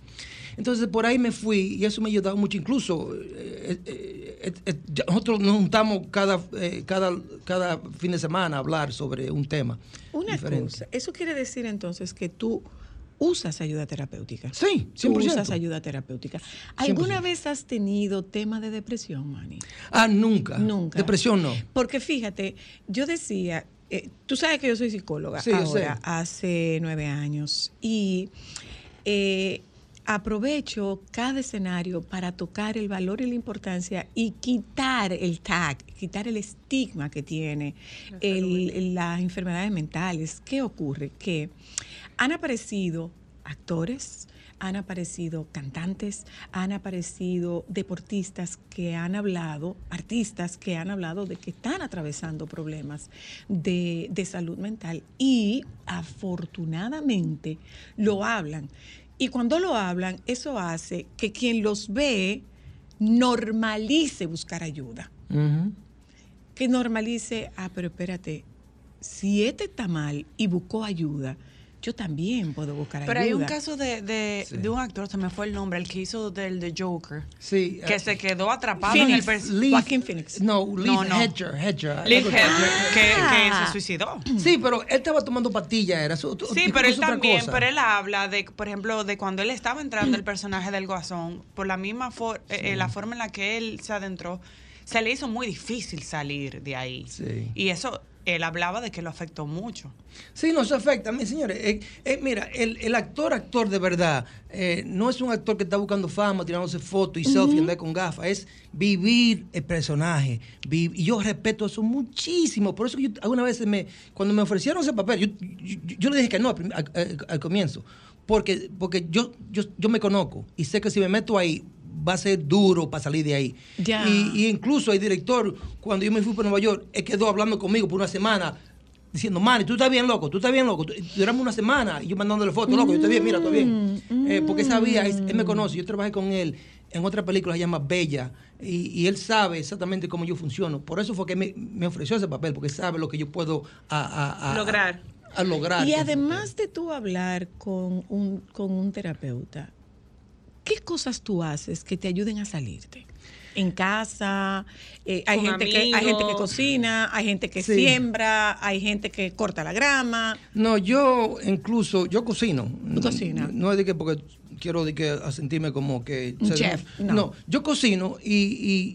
G: Entonces, por ahí me fui y eso me ha ayudado mucho. Incluso, eh, eh, eh, eh, ya nosotros nos juntamos cada, eh, cada, cada fin de semana a hablar sobre un tema.
C: Una
G: diferente.
C: cosa, eso quiere decir entonces que tú usas ayuda terapéutica.
G: Sí,
C: Tú
G: 100%.
C: usas ayuda terapéutica. ¿Alguna vez has tenido tema de depresión, Manny?
G: Ah, nunca.
C: Nunca.
G: Depresión no.
C: Porque fíjate, yo decía, eh, tú sabes que yo soy psicóloga
G: Sí, yo
C: ahora,
G: sé.
C: hace nueve años, y eh, aprovecho cada escenario para tocar el valor y la importancia y quitar el tag, quitar el estigma que tiene el- las enfermedades mentales. ¿Qué ocurre? Que han aparecido actores, han aparecido cantantes, han aparecido deportistas que han hablado, artistas que han hablado de que están atravesando problemas de, de salud mental y afortunadamente lo hablan. Y cuando lo hablan, eso hace que quien los ve normalice buscar ayuda.
O: Ujú.
C: Que normalice, ah, pero espérate, si este está mal y buscó ayuda, yo también puedo buscar
E: Pero
C: ayuda.
E: hay un caso de, de,
C: Sí.
E: de un actor, se me fue el nombre, el que hizo del de Joker.
G: Sí.
E: Que
G: eh,
E: se quedó atrapado en el
G: Phoenix,
E: pers-
G: Lee-
E: Joaquin Phoenix.
G: No, Lee
E: No, no.
G: Hedger. Hedger
E: Lee
G: algo así.
E: Hedger, que- que se suicidó.
G: Sí, pero él estaba tomando pastillas. Era su, tu-
E: Sí,
G: y
E: pero
G: es
E: él
G: otra
E: también,
G: cosa.
E: pero él habla de, por ejemplo, de cuando él estaba entrando el personaje del Guasón, por la misma for- eh, eh, la forma en la que él se adentró, se le hizo muy difícil salir de ahí.
G: Sí.
E: Y eso, él hablaba de que lo afectó mucho.
G: Sí, nos afecta. Mi- Señores, eh, eh, mira, el, el actor, actor de verdad, eh, no es un actor que está buscando fama, tirándose fotos y selfie, andar con gafas. Es vivir el personaje. Vi- y yo respeto eso muchísimo. Por eso que yo algunas veces, me, cuando me ofrecieron ese papel, yo, yo- yo- yo le dije que no al, prim- al- al- al comienzo. Porque, porque yo, yo, yo me conozco y sé que si me meto ahí va a ser duro para salir de ahí.
C: Ya.
G: Y, y incluso el director, cuando yo me fui para Nueva York, él quedó hablando conmigo por una semana diciendo, Manny, tú estás bien loco, tú estás bien loco. Tú- Duramos una semana y yo mandándole fotos, loco, yo estoy bien, mira, estoy bien.
C: Mm,
G: Eh, porque sabía, es- él me conoce, yo trabajé con él en otra película que se llama Bella y, y él sabe exactamente cómo yo funciono. Por eso fue que me, me ofreció ese papel, porque sabe lo que yo puedo a- a- a-
C: Lograr.
G: A, lograr.
C: Y además de tú hablar con un, con un terapeuta, ¿qué cosas tú haces que te ayuden a salirte? En casa, eh, hay,
E: Con
C: gente que, hay gente que
E: amigos.
C: cocina, hay gente que
G: Sí.
C: siembra, hay gente que corta la grama.
G: No, yo incluso, yo cocino.
C: Tú cocinas.
G: No, es de que porque quiero de que a sentirme como que...
C: Un chef, no.
G: No. yo cocino y, y-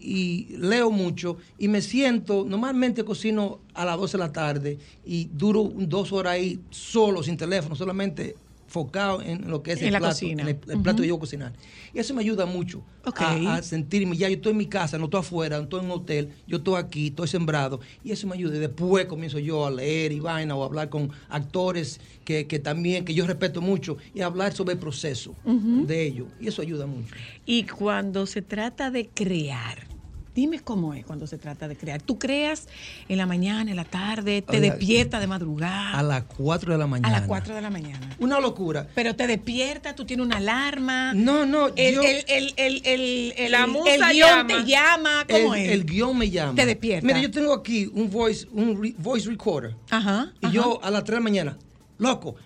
G: y leo mucho y me siento, normalmente cocino a las 12 de la tarde y duro un- dos horas ahí solo, sin teléfono, solamente focado en lo que es
C: En
G: el
C: la
G: plato,
C: cocina.
G: en el, el plato
C: Ujú.
G: que yo voy a cocinar. Y eso me ayuda mucho
C: Ok.
G: a, a sentirme, ya yo estoy en mi casa, no estoy afuera, no estoy en un hotel, yo estoy aquí, estoy sembrado. Y eso me ayuda. Y después comienzo yo a leer y vaina o a hablar con actores que, que también, que yo respeto mucho, y hablar sobre el proceso
C: Ujú.
G: de ello. Y eso ayuda mucho.
C: Y cuando se trata de crear, dime cómo es cuando se trata de crear. Tú creas en la mañana, en la tarde, te
G: Oiga,
C: despiertas de madrugada,
G: A las 4 de la
C: Ah. a
G: mañana.
C: las 4 de la mañana.
G: Una locura.
C: Pero te despiertas, tú tienes una alarma.
G: No, no,
C: Ah. El,
G: yo-
C: el, el, el, el, el-
G: La
C: el
G: musa
C: guión
G: llama.
C: te llama. ¿Cómo
G: el,
C: es?
G: el guión me llama.
C: Te despierta.
G: Mira, yo tengo aquí un voice, un re- voice recorder.
C: Ajá.
G: Y yo a las 3 de la mañana, loco,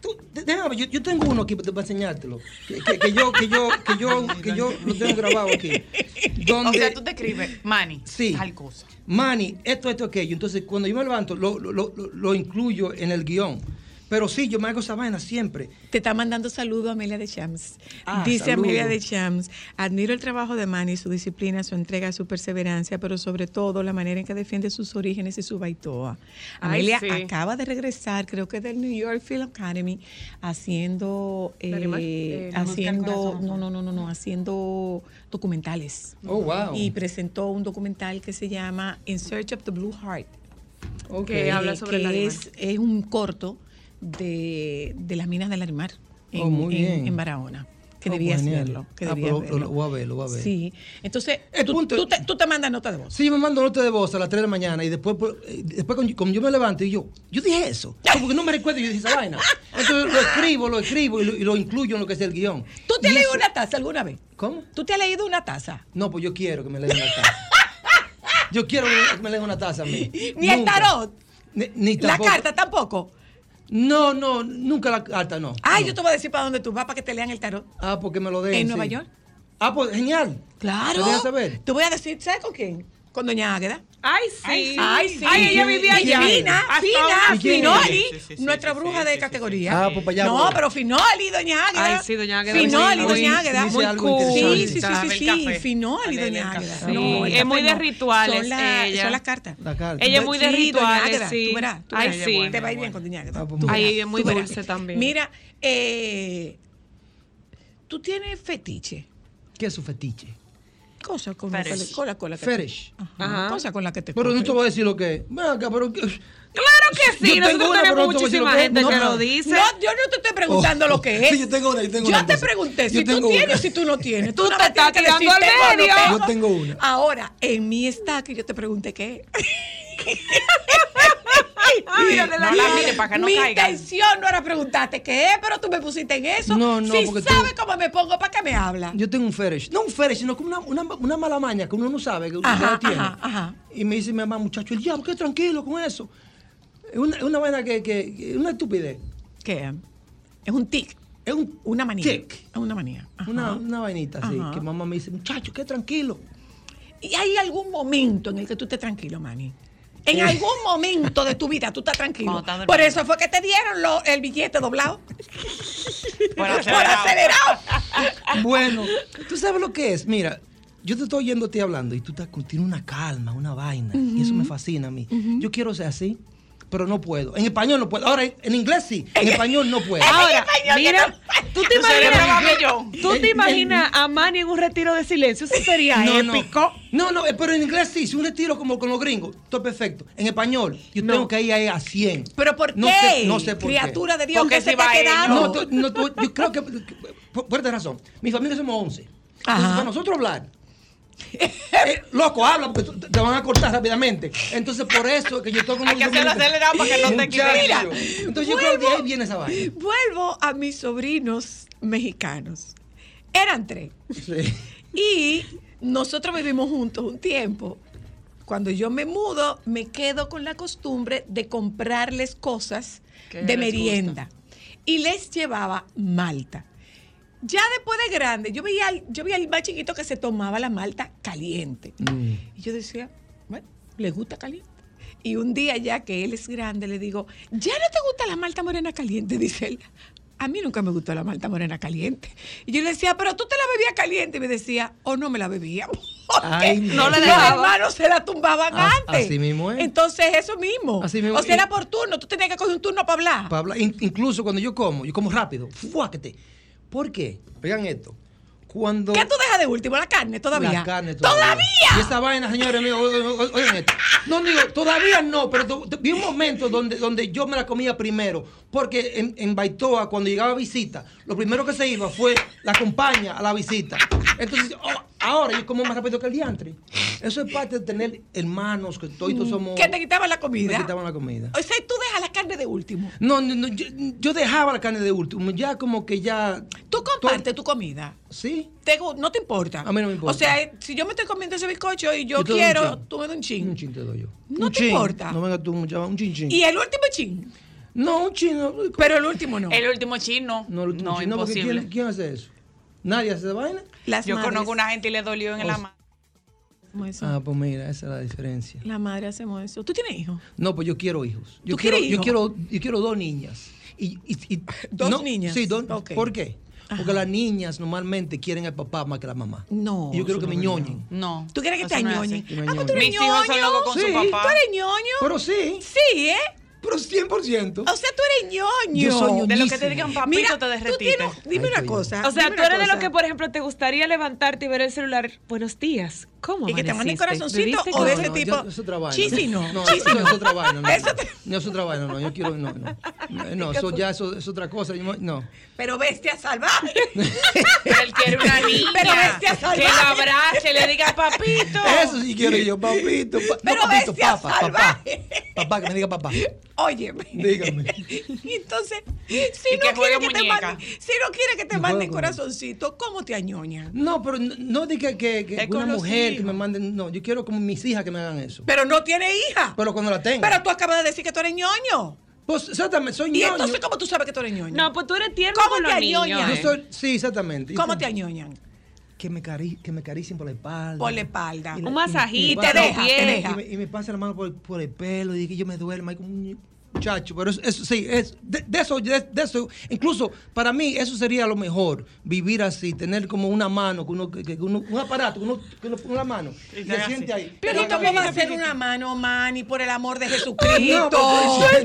G: tú, de- déjame, ver, yo, yo tengo uno aquí para para enseñártelo. Que, que- que yo, que yo, que yo, que yo lo tengo grabado aquí. Donde,
E: O sea, tú te escribes, Manny,
G: Sí.
E: tal cosa.
G: Manny, esto, esto, aquello. Entonces, cuando yo me levanto, lo, lo- lo- lo incluyo en el guión. Pero sí, yo me hago esa vaina siempre.
C: Te está mandando saludo Amelia de Chams.
G: Ah,
C: Dice
G: saludo.
C: Amelia de Chams, admiro el trabajo de Manny, su disciplina, su entrega, su perseverancia, pero sobre todo la manera en que defiende sus orígenes y su baitoa.
F: Ay,
C: Amelia
F: sí.
C: acaba de regresar, creo que del New York Film Academy, haciendo,
F: Larimar,
C: eh,
F: eh, la música del
C: haciendo,
F: corazón.
C: no, no, no, no, no, haciendo documentales.
G: Oh, wow.
C: Y presentó un documental que se llama In Search of the Blue Heart.
F: Que habla sobre
C: que
F: Larimar.
C: es, es un corto de, de las minas del Larimar en,
G: Oh, muy
C: en-
G: bien.
C: en Barahona. Que
G: Oh,
C: debías
G: genial.
C: verlo. Que
G: Ah,
C: debías
G: pues, lo-
C: verlo.
G: lo voy a ver, lo voy a ver.
C: Sí. Entonces, tú, tú te, tú te mandas nota de voz.
G: Sí, yo me mando nota de voz a las 3 de la mañana y después, por- eh, después cuando, cuando yo me levanto y yo, yo dije eso. No, Porque no me recuerdo, yo dije esa vaina. Entonces lo escribo, lo escribo y lo, y lo incluyo en lo que es el guión.
C: ¿Tú te has
G: Y
C: leído
G: eso-
C: una taza alguna vez?
G: ¿Cómo?
C: ¿Tú te has leído una taza?
G: No, pues yo quiero que me lean una taza. Yo quiero que me lean una taza a mí.
C: Ni el
G: Nunca.
C: tarot.
G: Ni, ni
C: La
G: tampoco.
C: carta tampoco.
G: No, no, nunca la carta, no.
C: Ay,
G: No.
C: Ah, yo te voy a decir para dónde tú vas para que te lean el tarot.
G: Ah, porque me lo den.
C: ¿En
G: sí.
C: Nueva York?
G: Ah, pues genial.
C: Claro.
G: ¿Te dejas saber?
C: Te voy a decir, ¿sabes con quién? Con Doña Águeda.
F: Ay,
C: Ay, sí.
F: Ay, sí. Ay, ella vivía
C: Y
F: allá.
C: Fina,
F: Hasta ahora
C: Fina,
F: sí.
C: Finoli,
F: Sí, sí,
C: nuestra bruja de categoría.
G: Ah, pues para allá
C: No,
G: voy.
C: pero Finoli, Doña Águeda.
F: Ay, sí, doña Águeda.
C: Finoli,
F: Hoy-
C: Doña
F: hoy
C: Águeda.
F: dice algo interesante.
C: Sí, sí, sí,
F: Sabe
C: sí,
F: el
C: sí.
F: café.
C: Finoli, Doña Águeda.
F: Sí,
C: No, el
F: es muy
C: café
F: de
C: no.
F: rituales
C: Son las-
F: ella.
C: Son las cartas.
G: La carta.
F: Ella es muy de
C: Doña
F: rituales,
C: Águeda,
F: sí.
C: Tú verás, tú
F: Ay,
C: verás.
F: sí.
C: Te va a ir bien con Doña Águeda.
G: Ah, pues,
C: Tú
G: muy
C: verás,
F: Ay, ella es muy
C: tú verás.
F: dulce también.
C: Mira, eh, tú tienes fetiche.
G: ¿Qué es su fetiche?
C: Cosa con,
G: Fetish.
C: con la- con la cola que
G: Fetish.
C: Ajá.
F: Ajá.
C: Cosa con la que te
G: Pero no
C: coges.
G: te voy a decir lo que es. Ven acá, pero. ¿qué?
F: Claro que sí,
G: Yo
F: nosotros
G: tengo
F: tenemos
G: una, pero no te voy a decir
F: muchísima
G: lo que es.
F: gente
G: No,
F: que
G: no.
F: lo dice.
C: No, yo no te estoy preguntando
G: Oh,
C: lo que es.
O: sí, yo tengo una, yo tengo
C: Yo
O: una
C: te
O: cosa.
C: pregunté
O: Yo
C: si tú
O: tengo
C: tienes
O: una.
C: o si tú no tienes. Tú
F: Tú
C: no
F: te
C: me tienes
F: estás
C: que decir
F: tirando al
C: tengo o no
F: medio.
C: tengo.
O: Yo tengo una.
F: Ah,
C: Ahora, en mí está que yo te pregunté qué.
E: mira de la
C: no
E: luz. mire para que no
C: Mi
E: caiga.
C: intención no era preguntarte qué es, pero tú me pusiste en eso.
G: No, no,
C: si
G: porque tú-
C: sabes cómo me pongo, ¿para qué me habla?
G: Yo tengo un fetish. No un fetish, sino como una, una, una mala maña que uno no sabe que uno
C: Ajá,
G: la tiene.
C: ajá, ajá.
G: Y me dice mi mamá, muchacho, el diablo, qué tranquilo con eso. Es una, es una vaina que, que, que- una estupidez.
C: ¿Qué? Es un tic.
G: Es un,
C: una manía.
G: tic.
C: Es una manía. Ajá.
G: Una, una vainita así.
C: Ajá.
G: Que mamá me dice, muchacho, qué tranquilo.
C: ¿Y hay algún momento en el que tú estés tranquilo, Manny? En
G: Eh.
C: algún momento de tu vida tú estás tranquilo.
E: Cuando estás
C: Por
E: durmiendo.
C: eso fue que te dieron lo- el billete doblado.
E: Por
C: Por acelerado.
G: Bueno, tú sabes lo que es. Mira, yo te estoy oyendo a ti hablando y tú estás con- tienes una calma, una vaina. Y eso me fascina a mí. Yo quiero ser así, pero no puedo. En español no puedo. Ahora, en inglés sí. En español no puedo.
C: Ah,
F: Ahora, mira, tú te
E: Tú serías
F: imaginas,
E: más que yo.
F: tú te imaginas a Manny en un retiro de silencio, eso sería
G: No, no.
F: épico.
G: No, no, eh, pero en inglés sí, si un retiro como con los gringos, todo perfecto. En español, yo tengo que ir ahí a 100.
C: Pero ¿por qué?
G: No sé, no sé por
C: Criatura de
G: qué.
C: Dios,
E: Porque
C: ¿qué
E: si
C: se te ha
E: va él,
G: Ah, No,
C: quedado?
G: tú- no, tú- yo creo que. fu- Fuerte razón. Mi familia somos 11. Entonces,
C: Ajá.
G: para nosotros hablar. eh, loco, habla porque tú- te van a cortar rápidamente. Entonces, por eso que yo estoy con
E: Hay
G: los
E: que hacerlo
G: dominicanos.
E: acelerado para que no te
G: Muchacho,
E: quiten.
C: Mira,
G: Entonces, yo creo que de
C: vuelvo-
G: ahí viene esa vaina.
C: Vuelvo a mis sobrinos mexicanos. Eran tres.
G: Sí.
C: Y nosotros vivimos juntos un tiempo. Cuando yo me mudo, me quedo con la costumbre de comprarles cosas
E: Que a
C: de
E: ellos les
C: merienda. Y les llevaba malta. Ya después de grande, yo veía, al- yo veía al más chiquito que se tomaba la malta caliente.
G: Mm.
C: Y yo decía, bueno, le gusta caliente. Y un día ya que él es grande, le digo, ¿ya no te gusta la malta morena caliente? Dice él, a mí nunca me gustó la malta morena caliente. Y yo le decía, pero tú te la bebías caliente. Y me decía, o no me la bebía. Porque
G: Ay,
C: no la
G: no la
C: los
G: dejaba.
C: hermanos se la tumbaban
G: As-
C: antes.
G: así mismo es.
C: Entonces, eso mismo.
G: Así mismo.
C: O sea,
G: Y-
C: era por turno. Tú tenías que coger un turno para hablar.
G: Para hablar. In- incluso cuando yo como, yo como rápido. Fuáquete. ¿Por qué? Vean esto. Cuando.
C: ¿Qué tú dejas de último? ¿La carne todavía?
G: La carne todavía. Y esa vaina, señores, míos, o- o- o- oigan esto. No digo, todavía no, pero to- to- vi un momento donde, donde yo me la comía primero. Porque en, en Baitoa, cuando llegaba visita, lo primero que se iba fue la compañía a la visita. Entonces, oh, ahora yo como más rápido que el diantre. Eso es parte de tener hermanos que todos somos.
C: Que Mm. te quitaban la comida.
G: Me quitaban la comida.
C: O sea, tú dejas la carne de último.
G: No, no, no, yo, yo dejaba la carne de último, ya como que ya.
C: Tú compartes tu comida.
G: Sí.
C: Te gu- no te importa.
G: A mí no me importa.
C: O sea, eh, si yo me estoy comiendo ese bizcocho y yo
G: Yo te doy un
C: quiero,
G: chin.
C: tú me das un
G: Un
C: chin.
G: chin te doy yo.
C: No
G: Un
C: te
G: chin.
C: importa.
G: No venga tú, muchacha, un chin chin.
C: Y el último chin.
G: No, un chin. no,
C: Pero el último no.
E: El último chino.
G: No,
E: No,
G: el último chino, porque
E: imposible.
G: ¿quién, quién hace eso? ¿Nadie hace esa vaina?
C: Las
E: Yo
C: madres
E: conozco una gente y le dolió en la mano.
C: hacemos eso.
G: Ah, pues mira, esa es la diferencia.
C: La madre hacemos eso. ¿Tú tienes hijos?
G: No, pues yo quiero hijos. Yo
C: ¿Tú
G: quiero,
C: quieres
G: yo quiero, yo quiero dos niñas. Y, y- y-
C: ¿Dos
G: no,
C: niñas?
G: Sí, dos.
C: Ok.
G: ¿Por qué? Porque las niñas normalmente quieren al papá más que a la mamá.
C: No,
G: Y yo quiero
C: eso
G: que me
C: no es verdad.
G: ñoñen.
E: No.
C: ¿Tú quieres que
E: eso
C: te
E: no es
C: añoñe?
G: que me
C: Ah, pues tú eres
G: añoñe.
E: Mis hijos son
C: ñoño.
E: locos con su
C: Sí.
E: papá.
C: ¿Tú eres ñoño?
G: Pero sí,
C: Sí, ¿eh?
G: pero 100%.
C: O sea, tú eres ñoño.
G: Yo soy
E: De lo que
G: ñoñísimo.
E: te digan papito
C: Mira,
E: te
C: tú
E: derretiste.
C: tienes- dime
G: Ay,
C: una
G: coño.
C: cosa.
F: O sea,
C: dime
F: tú
C: una
F: eres de
C: cosa.
F: lo que, por ejemplo, te gustaría levantarte y ver el celular. Buenos días. ¿Cómo
C: Y que te manden
F: amaneciste?
C: corazoncito
F: ¿Bebiste
C: o de
F: café?
C: ese
G: No,
C: tipo.
G: yo- eso es otra vaina.
C: Chisi no.
G: No,
C: chisi
G: eso
C: no.
G: es otra vaina. No,
C: Eso te-
G: No, es otra vaina. No, yo quiero. No, no. No, eso ya eso, es otra cosa. yo no.
C: Pero bestia salvaje.
E: Pero él quiere una niña.
C: Pero
F: este
C: bestia salvaje.
E: que lo abrace, le diga papito.
G: Eso sí quiero yo, papito. pa-
C: Pero
G: no, papito,
C: bestia
G: papá, papá.
C: salvaje.
G: Papá, que me diga papá.
C: Óyeme.
G: Dígame.
C: Entonces, si
E: Y
C: no
E: que
C: quiere
E: juegue
C: que te
E: muñeca.
C: manden, si no quiere que te
G: Y
C: manden
G: juega con-
C: corazoncito, ¿cómo te añoñan?
G: No, pero no, no diga que, que
C: Es con
G: una
C: los
G: mujer que
C: hijos.
G: me manden. No, yo quiero como mis hijas que me hagan eso.
C: Pero no tiene hija.
G: Pero cuando la tenga.
C: Pero tú acabas de decir que tú eres ñoño.
G: Pues exactamente, soy
C: Y
G: ñoño.
C: entonces, ¿cómo tú sabes que tú eres ñoño?
F: No, pues tú eres tierno
C: ¿Cómo
F: con
C: te
F: los
C: añoñas?
F: niños.
G: Yo
F: ¿eh?
G: soy, sí, exactamente.
C: ¿Cómo te
G: pues, Yo-
C: añoñan?
G: Que me, cari que me caricien por la espalda.
C: Por la espalda.
G: Y la-
F: Un
G: y-
F: masajito,
G: y me
C: te
G: pasan-
C: deja, te
G: y me-
C: deja.
G: Y me, y me pasan la mano por, por el pelo y que yo me duermo. ahí como un muchacho, pero eso, eso sí, es, de, de eso, de, de eso, incluso para mí eso sería lo mejor, vivir así, tener como una mano, que uno, que, que uno- un aparato, que uno, que uno pone la mano y,
E: te
G: se
E: haga
G: siente
E: así.
G: ahí.
C: Pero
G: Y
C: no
G: la-
C: vamos a hacer una mano, Manny, por el amor de
G: No,
C: Jesucristo.
G: pero estoy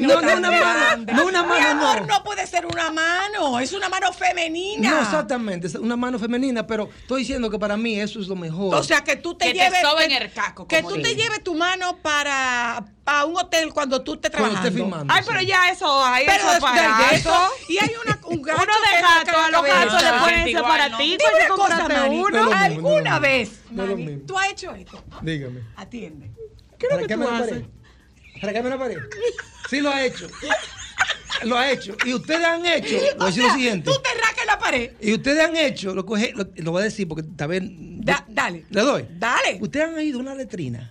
C: pues,
G: No,
C: No,
G: no, una mano, no, una
C: Mi
G: mano,
C: amor,
G: no.
C: no puede ser una mano. Es una mano femenina.
G: No, exactamente, es una mano femenina, pero estoy diciendo que para mí eso es lo mejor.
C: O sea, que tú te
E: Que te
C: lleves.
E: soben
C: que-
E: el caco,
C: Que
E: como
C: tú te
E: dicen.
C: lleves tu mano para, para un hotel cuando tú estés
G: Cuando
C: trabajando.
G: esté filmando,
F: Ay,
G: sí.
F: pero ya eso hay,
C: Pero
F: eso
C: después
F: para
C: de
F: eso.
C: eso. Y hay una, un gato.
F: Uno de gato, a los gatos le
E: cabeza.
F: ponen
E: Gente igual, ¿no?
F: separativo
C: Dime
F: y
C: una
F: tú
C: cosa,
F: compraste
C: Manny.
F: pues, uno.
G: No es lo mismo, no es lo
C: ¿Alguna
G: mismo.
C: vez,
G: No es lo
C: Manny,
G: mismo.
C: tú has hecho esto?
G: Dígame.
C: Atiende.
G: ¿Para ¿Qué es lo que tú haces? Recarme la pared. Sí lo ha hecho. Lo ha hecho. Y ustedes han hecho. Voy a decir lo siguiente.
C: Tú te rascas la pared.
G: Y ustedes han hecho, lo, coge- lo, lo voy a decir porque tal vez.
C: Da- dale.
G: Le doy.
C: Dale.
G: Ustedes han ido a una letrina.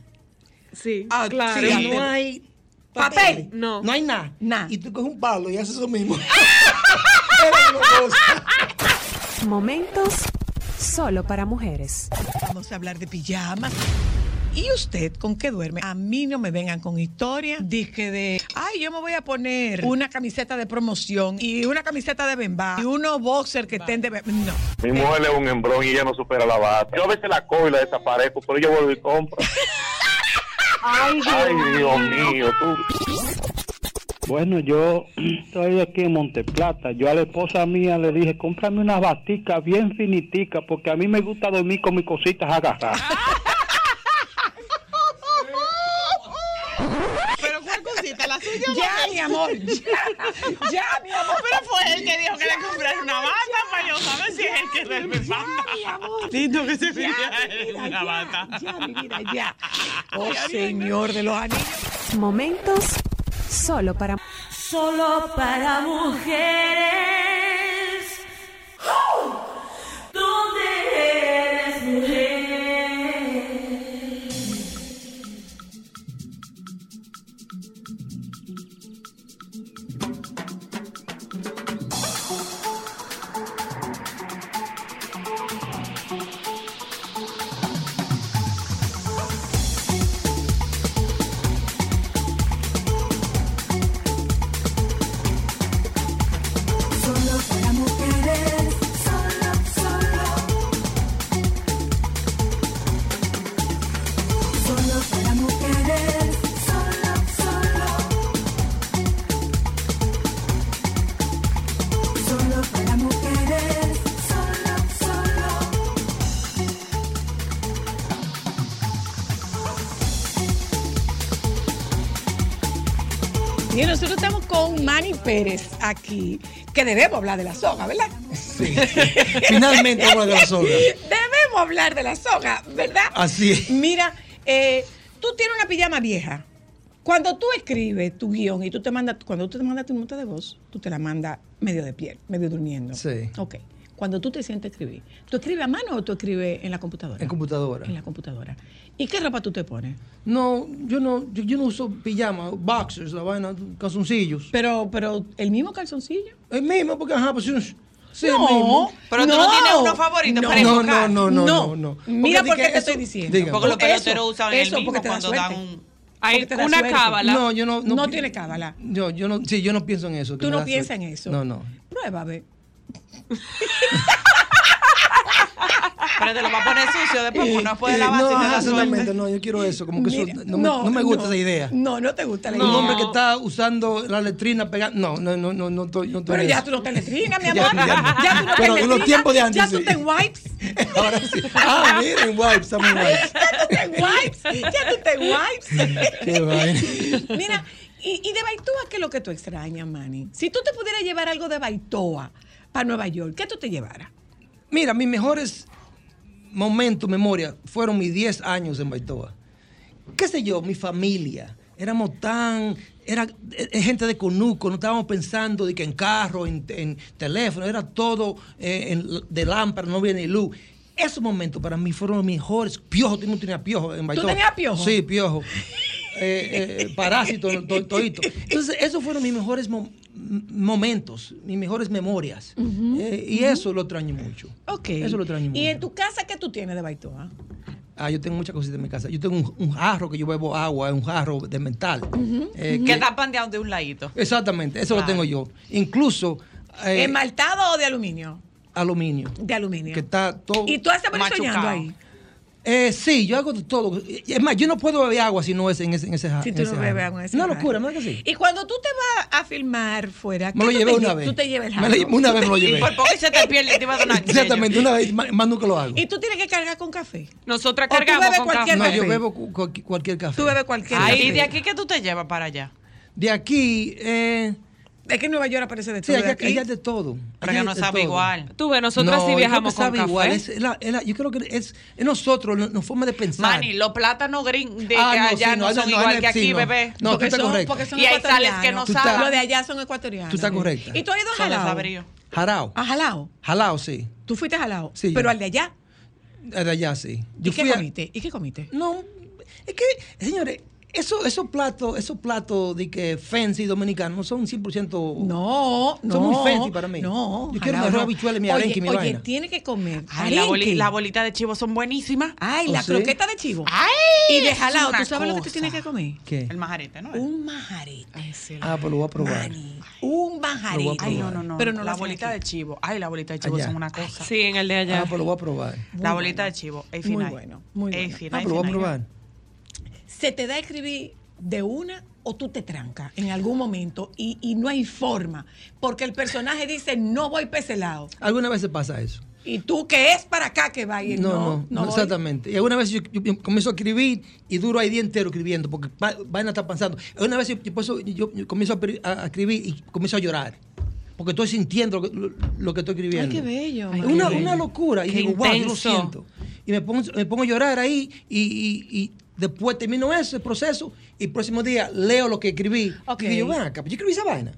P: Sí.
C: Ah, claro.
G: Sí,
C: Sí.
G: no hay
C: Papel.
P: No.
G: No hay nada.
C: Nah.
G: Y tú coges un palo y haces eso mismo. Era una cosa.
F: Momentos solo para mujeres.
C: Vamos a hablar de pijamas. ¿Y usted con qué duerme? A mí no me vengan con historia. Dije de, ay, yo me voy a poner una camiseta de promoción y una camiseta de bembá y unos boxer que estén de... bem- No.
Q: Mi mujer es un embrón y ella no supera la bata. Yo a veces la cojo y la desaparezco, pero yo vuelvo y compro.
R: Ay,
Q: Ay, Dios mío, tú.
J: Bueno, yo estoy aquí en Monteplata. Yo a la esposa mía le dije, cómprame una batica bien finitica porque a mí me gusta dormir con mis cositas agarradas.
E: Pero cuál cosita, la suya.
C: Ya, mi amor. Ya, ya, mi amor.
E: Pero fue él que dijo que le comprara una bata para yo saber si es el que le me
C: Lindo que se
E: Ya,
C: mira, ya, Ya, mi vida, ya. Oh, señor de los anillos.
F: Momentos solo para
R: Solo para mujeres. ¡Oh! ¿Dónde eres mujer?
S: Solo para mujeres, solo, solo. Solo para mujeres, solo, solo. Solo para mujeres, solo, solo.
C: Y nosotros estamos con Manny Pérez aquí, que debemos hablar de la soga, ¿verdad?
G: Finalmente vamos a hablar de la soga.
C: Debemos hablar de la soga, ¿verdad?
G: Así es.
C: Mira, eh, tú tienes una pijama vieja. Cuando tú escribes tu guión y tú te mandas, cuando tú te mandas tu nota de voz, tú te la mandas medio de pie, medio durmiendo.
G: Sí.
C: Ok. Cuando tú te sientes a escribir, ¿tú escribes a mano o tú escribes en la computadora?
G: En computadora.
C: En la computadora. ¿Y qué ropa tú te pones?
G: No, yo no, yo, yo no uso pijama, boxers, la vaina, calzoncillos.
C: Pero, pero, ¿el mismo calzoncillo?
G: El mismo, porque ajá, pues sí, sí, el
C: No,
G: mismo.
C: pero tú no tienes uno favorito
G: no,
C: para
G: no, no,
C: evocar.
G: no, no,
C: No.
G: no, no.
C: Mira
G: Porque
C: por qué
G: dije
C: te
G: eso-
C: estoy diciendo.
G: dígame.
C: Porque los peloteros
E: Pero usan
C: Eso,
E: el mismo
C: porque te da
E: cuando dan
C: suerte.
E: un.
C: Hay
E: Porque te da una suerte. cábala.
G: No, yo no.
C: No, tiene cábala.
G: Yo, yo no, sí, yo no pienso en eso. que
C: Tú
G: me
C: no
G: da
C: piensas
G: suerte.
C: en eso.
G: No, no.
C: Prueba, a ver.
E: Pero te lo va a poner sucio después,
C: pues,
E: porque no puede
G: Eh,
E: lavar
G: no,
E: si te
G: ajá,
E: da
G: exactamente,
E: suerte.
G: no, yo quiero eso, como que eso-
C: Mira,
G: no, me- no me gusta
C: no.
G: esa idea.
C: No, no te gusta la
G: Un
C: idea.
G: hombre que está usando la letrina pegando. No, no, no, no, no estoy. No estoy
C: Pero
G: en
C: ya
G: eso.
C: tú no te letrina, mi
G: Ya,
C: amor. Ya,
G: ya no.
C: tú no te
G: Pero en los
C: letrina,
G: tiempos de antes,
C: Ya tú
G: sí.
C: te wipes.
G: Ahora sí. Ah, miren, wipes, estamos en wipes.
C: Ya tú te wipes. Ya tú te wipes.
G: Qué vaina.
C: Mira, y, y de Baitoa, ¿qué es lo que tú extrañas, Manny? Si tú te pudieras llevar algo de Baitoa para Nueva York, ¿qué tú te llevaras?
G: Mira, mis mejores momentos, memoria, fueron mis 10 años en Baitoa. ¿Qué sé yo? Mi familia. Éramos tan. Era eh, eh, gente de Conuco, no estábamos pensando de que en carro, en, en teléfono, era todo eh, en- de lámpara, no había ni luz. Esos momentos para mí fueron los mejores. Piojo, tú no tenías piojo en Baitoa.
C: tenías piojo?
G: Sí, piojo. Eh, eh, parásito, to- todito. Entonces, esos fueron mis mejores mom- momentos, mis mejores memorias. Eh, y eso lo extraño mucho.
C: Ok.
G: Eso lo extraño
C: ¿Y
G: mucho.
C: en tu casa qué tú tienes de Baitoa?
G: Ah, yo tengo muchas cositas en mi casa. Yo tengo un, un jarro que yo bebo agua, un jarro de mental. eh,
E: Que
G: que-
E: tapan de de un ladito.
G: exactamente, eso
E: Claro.
G: lo tengo yo. Incluso eh,
C: ¿Esmaltado o de aluminio?
G: aluminio,
C: De aluminio.
G: que está todo...
C: ¿Y tú haces soñando
E: Machucado.
C: ahí?
G: Eh, sí, yo hago de todo. Es más, yo no puedo beber agua si no es en ese, en ese ja-
C: Si
G: en
C: tú
G: Ah, ese
C: no
G: jarro.
C: bebes agua en ese
G: Una
C: jarro.
G: locura, ¿no es que sí?
C: Y cuando tú te vas a filmar fuera, ¿qué
G: Me lo
C: tú
G: llevé
C: te
G: una
C: lle-
G: vez.
C: Tú te llevas el
G: Me lo-
C: jarro.
G: una vez
C: Tú
G: me lo
C: te-
G: llevé.
E: Por poco se te pierde, te iba a donar.
G: Exactamente, una vez, más, más nunca lo hago.
C: Y tú tienes que cargar con café.
E: Nosotras
C: O tú
E: cargamos
C: bebes
E: con
C: cualquier
E: café.
G: No,
C: café.
G: yo bebo cu- cu- cualquier café.
C: Tú bebes cualquier
E: Ay,
C: café.
E: ¿y de aquí qué tú te llevas para allá?
G: De aquí, eh,
C: Es que en Nueva York aparece de
G: Sí,
C: todo.
G: allá,
C: aquí.
G: allá es de todo.
C: Pero
G: Allá
C: que no
G: es de
C: sabe
G: todo.
C: igual. Tú ves, nosotras sí
G: yo creo que
C: viajamos con
G: sabe
C: café.
G: igual. Es la- es la- yo creo que es, es nosotros, la, la forma de pensar.
E: Mani, los plátanos green de
G: Ah, no,
E: allá
G: sí,
E: no,
G: no,
E: son
G: no, no,
E: igual
G: no,
E: que aquí,
G: sí, no.
E: bebé.
G: No, tú Porque estás son- correcta. porque
C: son
E: y hay sales que no
C: ecuatorianos.
E: saben.
C: Los de allá son ecuatorianos.
G: Tú estás correcta.
C: ¿Y tú has ido a
E: Solo
C: Jalao?
E: sabría.
G: Jarao.
C: A Jalao.
G: Jalao, sí.
C: Tú fuiste a Jalao.
G: Sí,
C: pero
G: yo.
C: al de allá.
G: De allá, sí.
C: ¿Y qué
G: fui a-
C: comiste? ¿Y qué comiste?
G: No, es que, señores, eso- esos platos, esos platos de que fancy dominicanos no son 100%.
C: No,
G: son
C: no,
G: muy fancy para mí.
C: No.
G: Yo quiero
C: Jalao
G: mi arroz,
C: no.
G: habichuela, mi
C: Oye,
G: arenque y mi
C: oye,
G: vaina.
C: tiene que comer.
E: Ay, la, boli-
C: arenque.
E: la bolita de chivo son buenísimas.
C: Ay,
E: ¿Oh,
C: la
E: sí?
C: croqueta de chivo.
E: Ay,
C: Y de
E: es
C: Jalao,
E: una
C: ¿tú sabes lo que tú
E: cosa.
C: tienes que comer?
G: ¿Qué?
E: El majarete, ¿no?
C: Un majarete.
G: Ah, pues lo voy a probar.
C: Un
E: Lo voy a
C: majarete.
E: probar. Ay, no, no, no.
C: Pero no
E: la
C: lo hacen
E: bolita de chivo. Ay, la bolita de chivo
G: Allá.
E: son una cosa.
F: Sí, en el de allá.
G: Ah, pues lo voy a probar.
E: la bolita de chivo. Es
C: Muy
E: final.
C: bueno, muy
E: Es
C: bueno.
E: final,
G: Ah, pues lo voy a
E: final.
G: probar.
C: se te da a escribir de una o tú te trancas en algún momento y, y no hay forma, porque el personaje dice no voy para ese lado.
G: Alguna vez se pasa eso.
C: Y tú que es para acá que va y él,
G: No, no, no,
C: voy.
G: exactamente. Y alguna vez yo, yo comienzo a escribir y duro ahí día entero escribiendo porque va- vaina está pasando. Una vez yo, yo paso- yo- yo comienzo a, pri- a- a escribir y comienzo a llorar porque estoy sintiendo lo que, lo- lo que estoy escribiendo.
C: Ay, qué bello,
G: Una,
C: Manuel.
G: una
C: Qué bello.
G: locura. Y
F: Qué
G: digo, wow, yo lo
F: intenso.
G: siento. Y me pongo, me pongo a llorar ahí y, y- y después termino ese proceso y el próximo día leo lo que escribí.
C: Ok.
G: Y digo, ven acá, yo escribí esa vaina.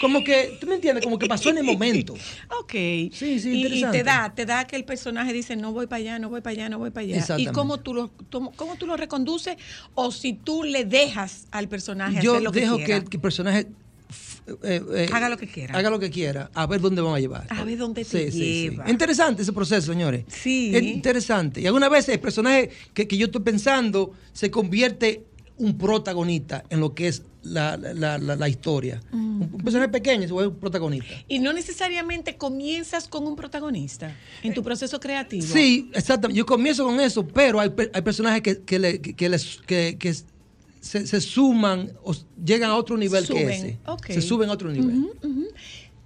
G: Como que, ¿tú me entiendes? Como que pasó en el momento.
C: Ok.
G: Sí, sí,
C: y, y te
G: interesante.
C: da, te da que el personaje dice no voy para allá, no voy para allá, no voy para allá. ¿Y
G: Exactamente.
C: cómo tú lo cómo, cómo tú lo reconduces o si tú le dejas al personaje
G: yo
C: hacer lo
G: dejo
C: que
G: que,
C: quiera?
G: el- que el personaje f- eh, eh,
C: Haga lo que quiera.
G: haga lo que quiera a ver dónde van a llevar
C: A ver dónde
G: Sí,
C: te
G: sí, sí.
C: lleva.
G: interesante ese proceso señores
C: Sí.
G: es interesante y algunas veces el personaje que, que yo estoy pensando se convierte un protagonista en lo que es la, la- la- la historia
C: Mm.
G: un, un personaje pequeño se vuelve un protagonista
C: Y no necesariamente comienzas con un protagonista en tu proceso creativo.
G: Eh, Sí, exactamente. Yo comienzo con eso, pero hay, per- hay personajes que, que, le- que- que les- que- que se, se suman o s- llegan a otro nivel
C: Suben,
G: que ese.
C: ok.
G: Se suben a otro nivel.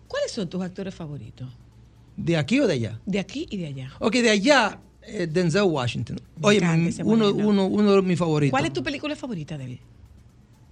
C: ¿Cuáles son tus actores favoritos?
G: ¿De aquí o de allá?
C: De aquí y de allá.
G: Ok, de allá, eh, Denzel Washington. Oye,
C: encanta
G: mi-
C: ese
G: uno,
C: moreno.
G: uno, uno de mis favoritos.
C: ¿Cuál es tu película favorita de él?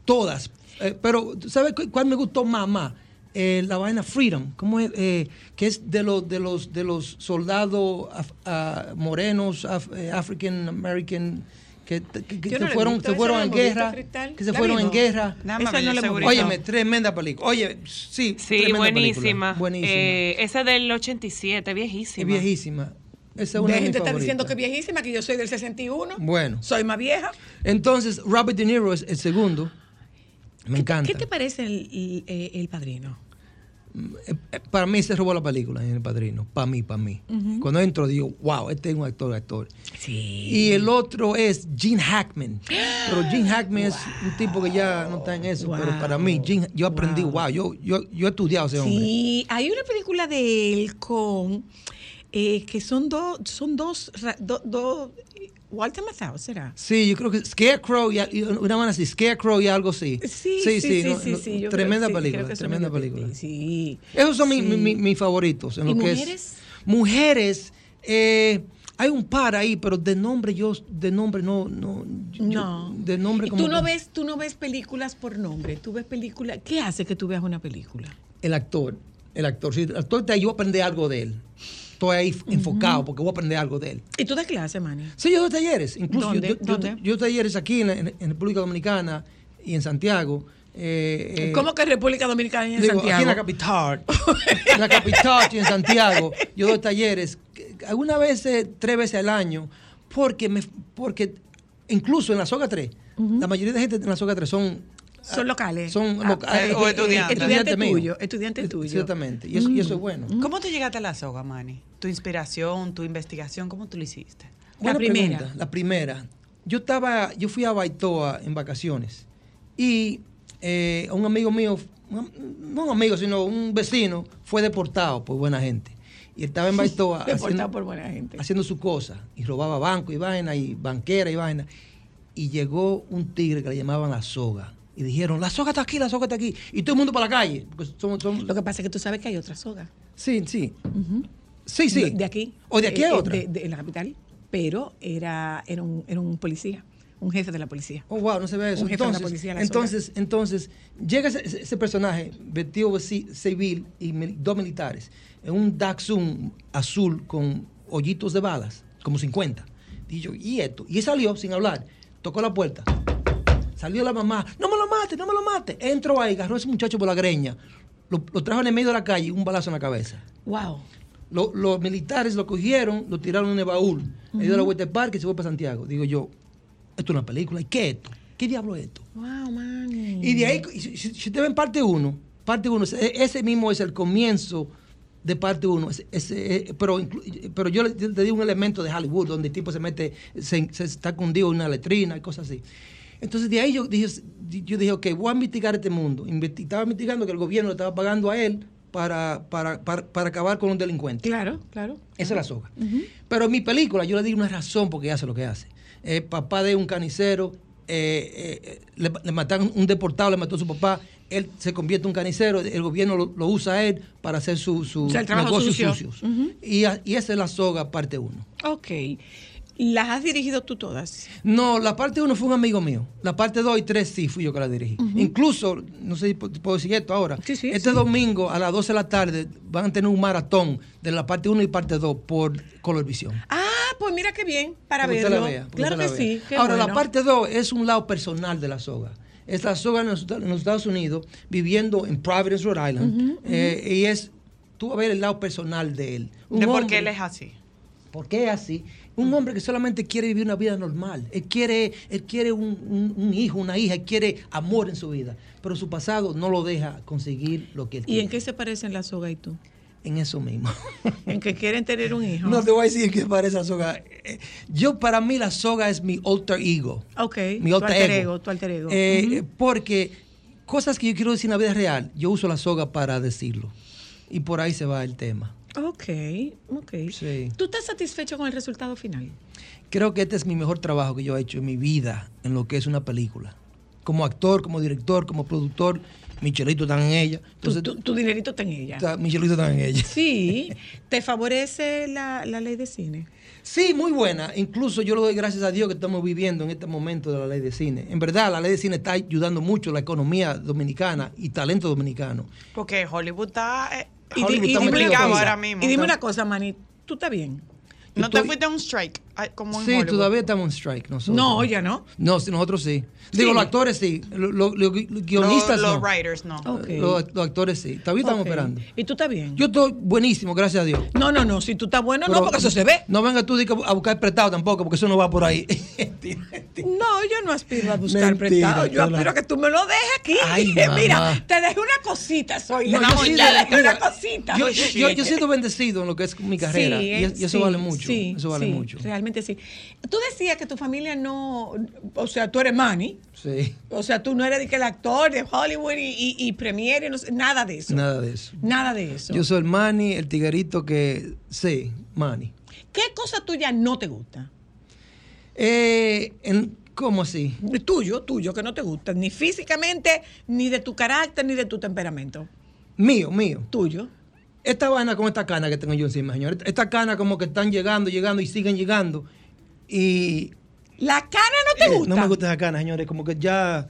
G: Todas. Eh, pero, ¿tú ¿sabes cu- cuál me gustó más? más? Eh, la vaina Freedom, ¿cómo es? Eh, que es de los, de los, de los soldados af- ah, morenos, af- eh, African American, que, que- que- que
C: Yo no la he
G: fueron,
C: visto,
G: se
C: esa
G: fueron
C: no la
G: en
C: hemos visto,
G: guerra.
C: Cristal.
G: Que se
C: ¿La
G: fueron en
C: vimos?
G: guerra.
E: Déjame ver, yo seguro.
G: Óyeme, tremenda película. Oye, sí,
F: Sí,
G: tremenda
F: buenísima.
G: película. Buenísima.
F: Eh, esa del 87, viejísima.
G: es viejísima. Esa es una de,
C: Dejen
G: mis
C: de estar diciendo
G: favoritas.
C: que es viejísima, que yo soy del 61.
G: Bueno.
C: Soy más vieja.
G: Entonces, Robert De Niro es el segundo. Me encanta.
C: ¿Qué te parece el, el- eh, El padrino?
G: Eh, Para mí se robó la película en El Padrino. Para mí, para mí. Cuando entro digo, wow, este es un actor, actor. Y el otro es Gene Hackman. Pero Gene Hackman es un tipo que ya no está en eso. Pero para mí, Gene- yo aprendí, wow, yo, yo, yo he estudiado a ese hombre.
C: Sí, hay una película de él con. eh, que son dos. Son dos. ra- do- do- Walter Matthau, ¿será?
G: Sí, yo creo que Scarecrow y, y una mano así, Scarecrow y algo así.
C: Sí, sí, sí,
G: no,
C: sí,
G: no,
C: sí, yo creo-
G: tremenda
C: sí, creo
G: película,
C: que eso
G: tremenda
C: me lo
G: película.
C: Sí.
G: Esos son
C: Sí.
G: mis, mis- mis favoritos. En
C: ¿Y
G: lo que es-
C: mujeres?
G: mujeres, eh, hay un par ahí, pero de nombre yo, de nombre no, no. yo-
C: No.
G: de nombre
C: Y
G: como
C: tú no
G: que-
C: ves, tú no ves películas por nombre, tú ves películas. ¿Qué hace que tú veas una película?
G: El actor, el actor. Sí, el actor te ayuda a aprender algo de él. Estoy ahí enfocado porque voy a aprender algo de él.
C: Y tú das clase, Manny.
G: Sí, yo doy talleres. Incluso yo-
C: ¿Dónde?
G: Yo, yo-
C: ¿Dónde?
G: yo doy talleres aquí en, la- en- en República Dominicana y en Santiago. eh, eh,
C: ¿Cómo que República Dominicana y en
G: Digo,
C: Santiago?
G: Aquí en la capital. en la capital y en Santiago. Yo doy talleres que- algunas veces, tres veces al año, porque, me, porque incluso en la soga 3, la mayoría de gente en la soga 3 son,
C: Son locales.
G: son
C: Ah,
G: loca-
E: eh, o estudiantes.
C: Estudiante
G: míos.
C: tuyo, estudiante tuyo.
G: Exactamente. Y eso, y eso es bueno.
C: Mm.
E: ¿Cómo tú llegaste a la soga, Manny? Tu inspiración, tu investigación, ¿cómo tú lo hiciste?
G: Buena
C: primera.
G: pregunta, la primera. Yo estaba, yo fui a Baitoa en vacaciones y eh, un amigo mío, un- no un amigo, sino un vecino, fue deportado por buena gente. Y estaba en Baitoa
C: Deportado
G: haciendo,
C: por buena gente.
G: haciendo su cosa. Y robaba banco y vaina, y banquera y vaina. Y llegó un tigre que le llamaban la soga. Y dijeron, la soga está aquí, la soga está aquí. Y todo el mundo para la calle. porque somos- somos-
C: Lo que pasa es que tú sabes que hay otra soga.
G: Sí, sí. Sí, sí.
C: De, de aquí.
G: O de aquí a
C: Eh, eh,
G: otra.
C: De, de- en la capital. Pero era, era, un, era un policía. un jefe de la policía.
G: Oh, wow, no se ve eso.
C: Un jefe de la
G: entonces,
C: policía en la
G: entonces, entonces, llega ese, ese personaje vestido ci- civil y mil- dos militares en un Datsun azul con hoyitos de balas, como 50. Y yo, ¿y esto? Y él salió sin hablar, tocó la puerta. Salió la mamá, no me lo mate, no me lo mate. Entró ahí, agarró a ese muchacho por la greña, lo, lo trajo en el medio de la calle, un balazo en la cabeza.
C: Wow.
G: Lo- los militares lo cogieron, lo tiraron en el baúl, le dio la vuelta al parque y se fue para Santiago. Digo yo, esto es una película, ¿y qué es esto? ¿Qué diablo es esto?
C: Wow, man.
G: Y de ahí, y si, si- si te ven parte 1, parte 1, ese mismo es el comienzo de parte 1, eh, pero, inclu- pero yo le- te te di un elemento de Hollywood donde el tipo se mete, se, se está cundido en una letrina y cosas así. Entonces de ahí yo dije, yo dije, ok, voy a mitigar este mundo. Investi- estaba mitigando que el gobierno le estaba pagando a él para, para, para, para acabar con un delincuente.
C: Claro, claro.
G: Esa es la soga. Pero mi película, yo le di una razón porque hace lo que hace. Eh, papá de un canicero, eh, eh, eh, le, le mataron un deportado, le mató a su papá, él se convierte en un canicero, el gobierno lo, lo usa a él para hacer sus su
C: O sea, el trabajo
G: negocios
C: sucio.
G: sucios. y, a- y esa es la soga, parte uno.
C: Ok. ¿Las has dirigido tú todas?
G: No, la parte uno fue un amigo mío. La parte dos y tres sí fui yo que la dirigí. Incluso, no sé si pu- puedo decir esto ahora. este domingo a las 12 de la tarde van a tener un maratón de la parte uno y parte dos por Colorvisión.
C: Ah, pues mira qué bien, para
G: Porque usted
C: verlo.
G: la vea, porque
C: claro
G: usted
C: que
G: la
C: sí.
G: vea.
C: qué
G: Ahora, la
C: bueno.
G: parte 2 es un lado personal de la soga. Es la soga en los, en los Estados Unidos, viviendo en Providence, Rhode Island.
E: Ujú, ujú.
G: Eh, y es, tú vas a ver el lado personal de él. Un
E: De por
G: hombre-
E: qué él es así.
G: ¿Por qué es así? Un hombre que solamente quiere vivir una vida normal. Él quiere, él quiere un, un- un hijo, una hija, él quiere amor en su vida. Pero su pasado no lo deja conseguir lo que él
C: ¿Y
G: quiere.
C: en qué se parecen la soga y tú?
G: En eso mismo.
C: En que quieren tener un hijo.
G: No te voy a decir qué parece la soga. Eh, Yo, para mí, la soga es mi alter ego.
C: Ok.
G: Mi
C: tu
G: alter
C: alter
G: ego.
C: ego, tu alter ego.
G: Eh,
C: Ujú.
G: Porque cosas que yo quiero decir en la vida real, yo uso la soga para decirlo. Y por ahí se va el tema.
C: Ok, ok.
G: Sí.
C: ¿Tú estás satisfecho con el resultado final?
G: Creo que este es mi mejor trabajo que yo he hecho en mi vida, en lo que es una película. Como actor, como director, como productor, Michelito está en ella. Entonces,
C: tu, tu dinerito está en ella.
G: está- Michelito está en ella.
C: Sí. ¿Te favorece la, la ley de cine?
G: Sí, muy buena. Incluso yo le doy gracias a Dios que estamos viviendo en este momento de la ley de cine. En verdad, la ley de cine está ayudando mucho la economía dominicana y talento dominicano.
E: Porque Hollywood está eh,
G: Y di- y
E: complicado
G: dime una cosa.
E: ahora mismo.
C: Y dime una cosa, Manny, ¿tú estás bien?
E: ¿No te
G: Estoy-
E: fuiste a un strike? Ay, Como en
G: Sí,
E: Hollywood.
G: todavía estamos en strike nosotros.
C: No, ya no.
G: No, sí, nosotros sí. Digo, los actores sí. Lo- lo- lo- Los, guionistas
E: Los-
G: no.
E: los writers no. Ok.
G: Los, los actores sí. Todavía estamos
C: Ok.
G: operando.
C: ¿Y tú estás bien?
G: Yo estoy buenísimo, gracias a Dios.
C: No, no, no. Si tú estás bueno, no,
G: Pero
C: porque eso se ve.
G: No venga tú di que a buscar prestado tampoco, porque eso no va por ahí.
C: No, yo no aspiro a buscar
G: Mentira,
C: prestado. Yo
G: yo la-
C: aspiro a que tú me lo dejes aquí.
G: Ay,
C: Mira,
G: mamá.
C: te dejé una cosita, soy.
G: No, yo
C: Ramón,
G: sí-
C: te dejé
G: mira,
C: una cosita.
G: Yo, yo, yo siento bendecido en lo que es mi carrera. y, es- y eso
C: sí,
G: vale mucho.
C: sí,
G: eso vale
C: sí,
G: mucho.
C: Realmente sí. Tú decías que tu familia no, o sea, tú eres Manny,
G: Sí.
C: o sea, tú no eres de que el actor de Hollywood y, y, y Premiere, no sé, nada de eso.
G: Nada de eso.
C: Nada de eso.
G: Yo soy el Manny, el tiguerito que. Sí, Manny.
C: ¿Qué cosa tuya no te gusta?
G: Eh, en- ¿Cómo así?
C: Tuyo, tuyo, que no te gusta, ni físicamente, ni de tu carácter, ni de tu temperamento.
G: Mío, mío.
C: Tuyo.
G: Esta vaina con esta cana que tengo yo encima, señor. Esta cana como que están llegando, llegando y siguen llegando. Y.
C: ¿La cana no te
G: gusta? Eh, No me gusta esa cana, señores. Como que ya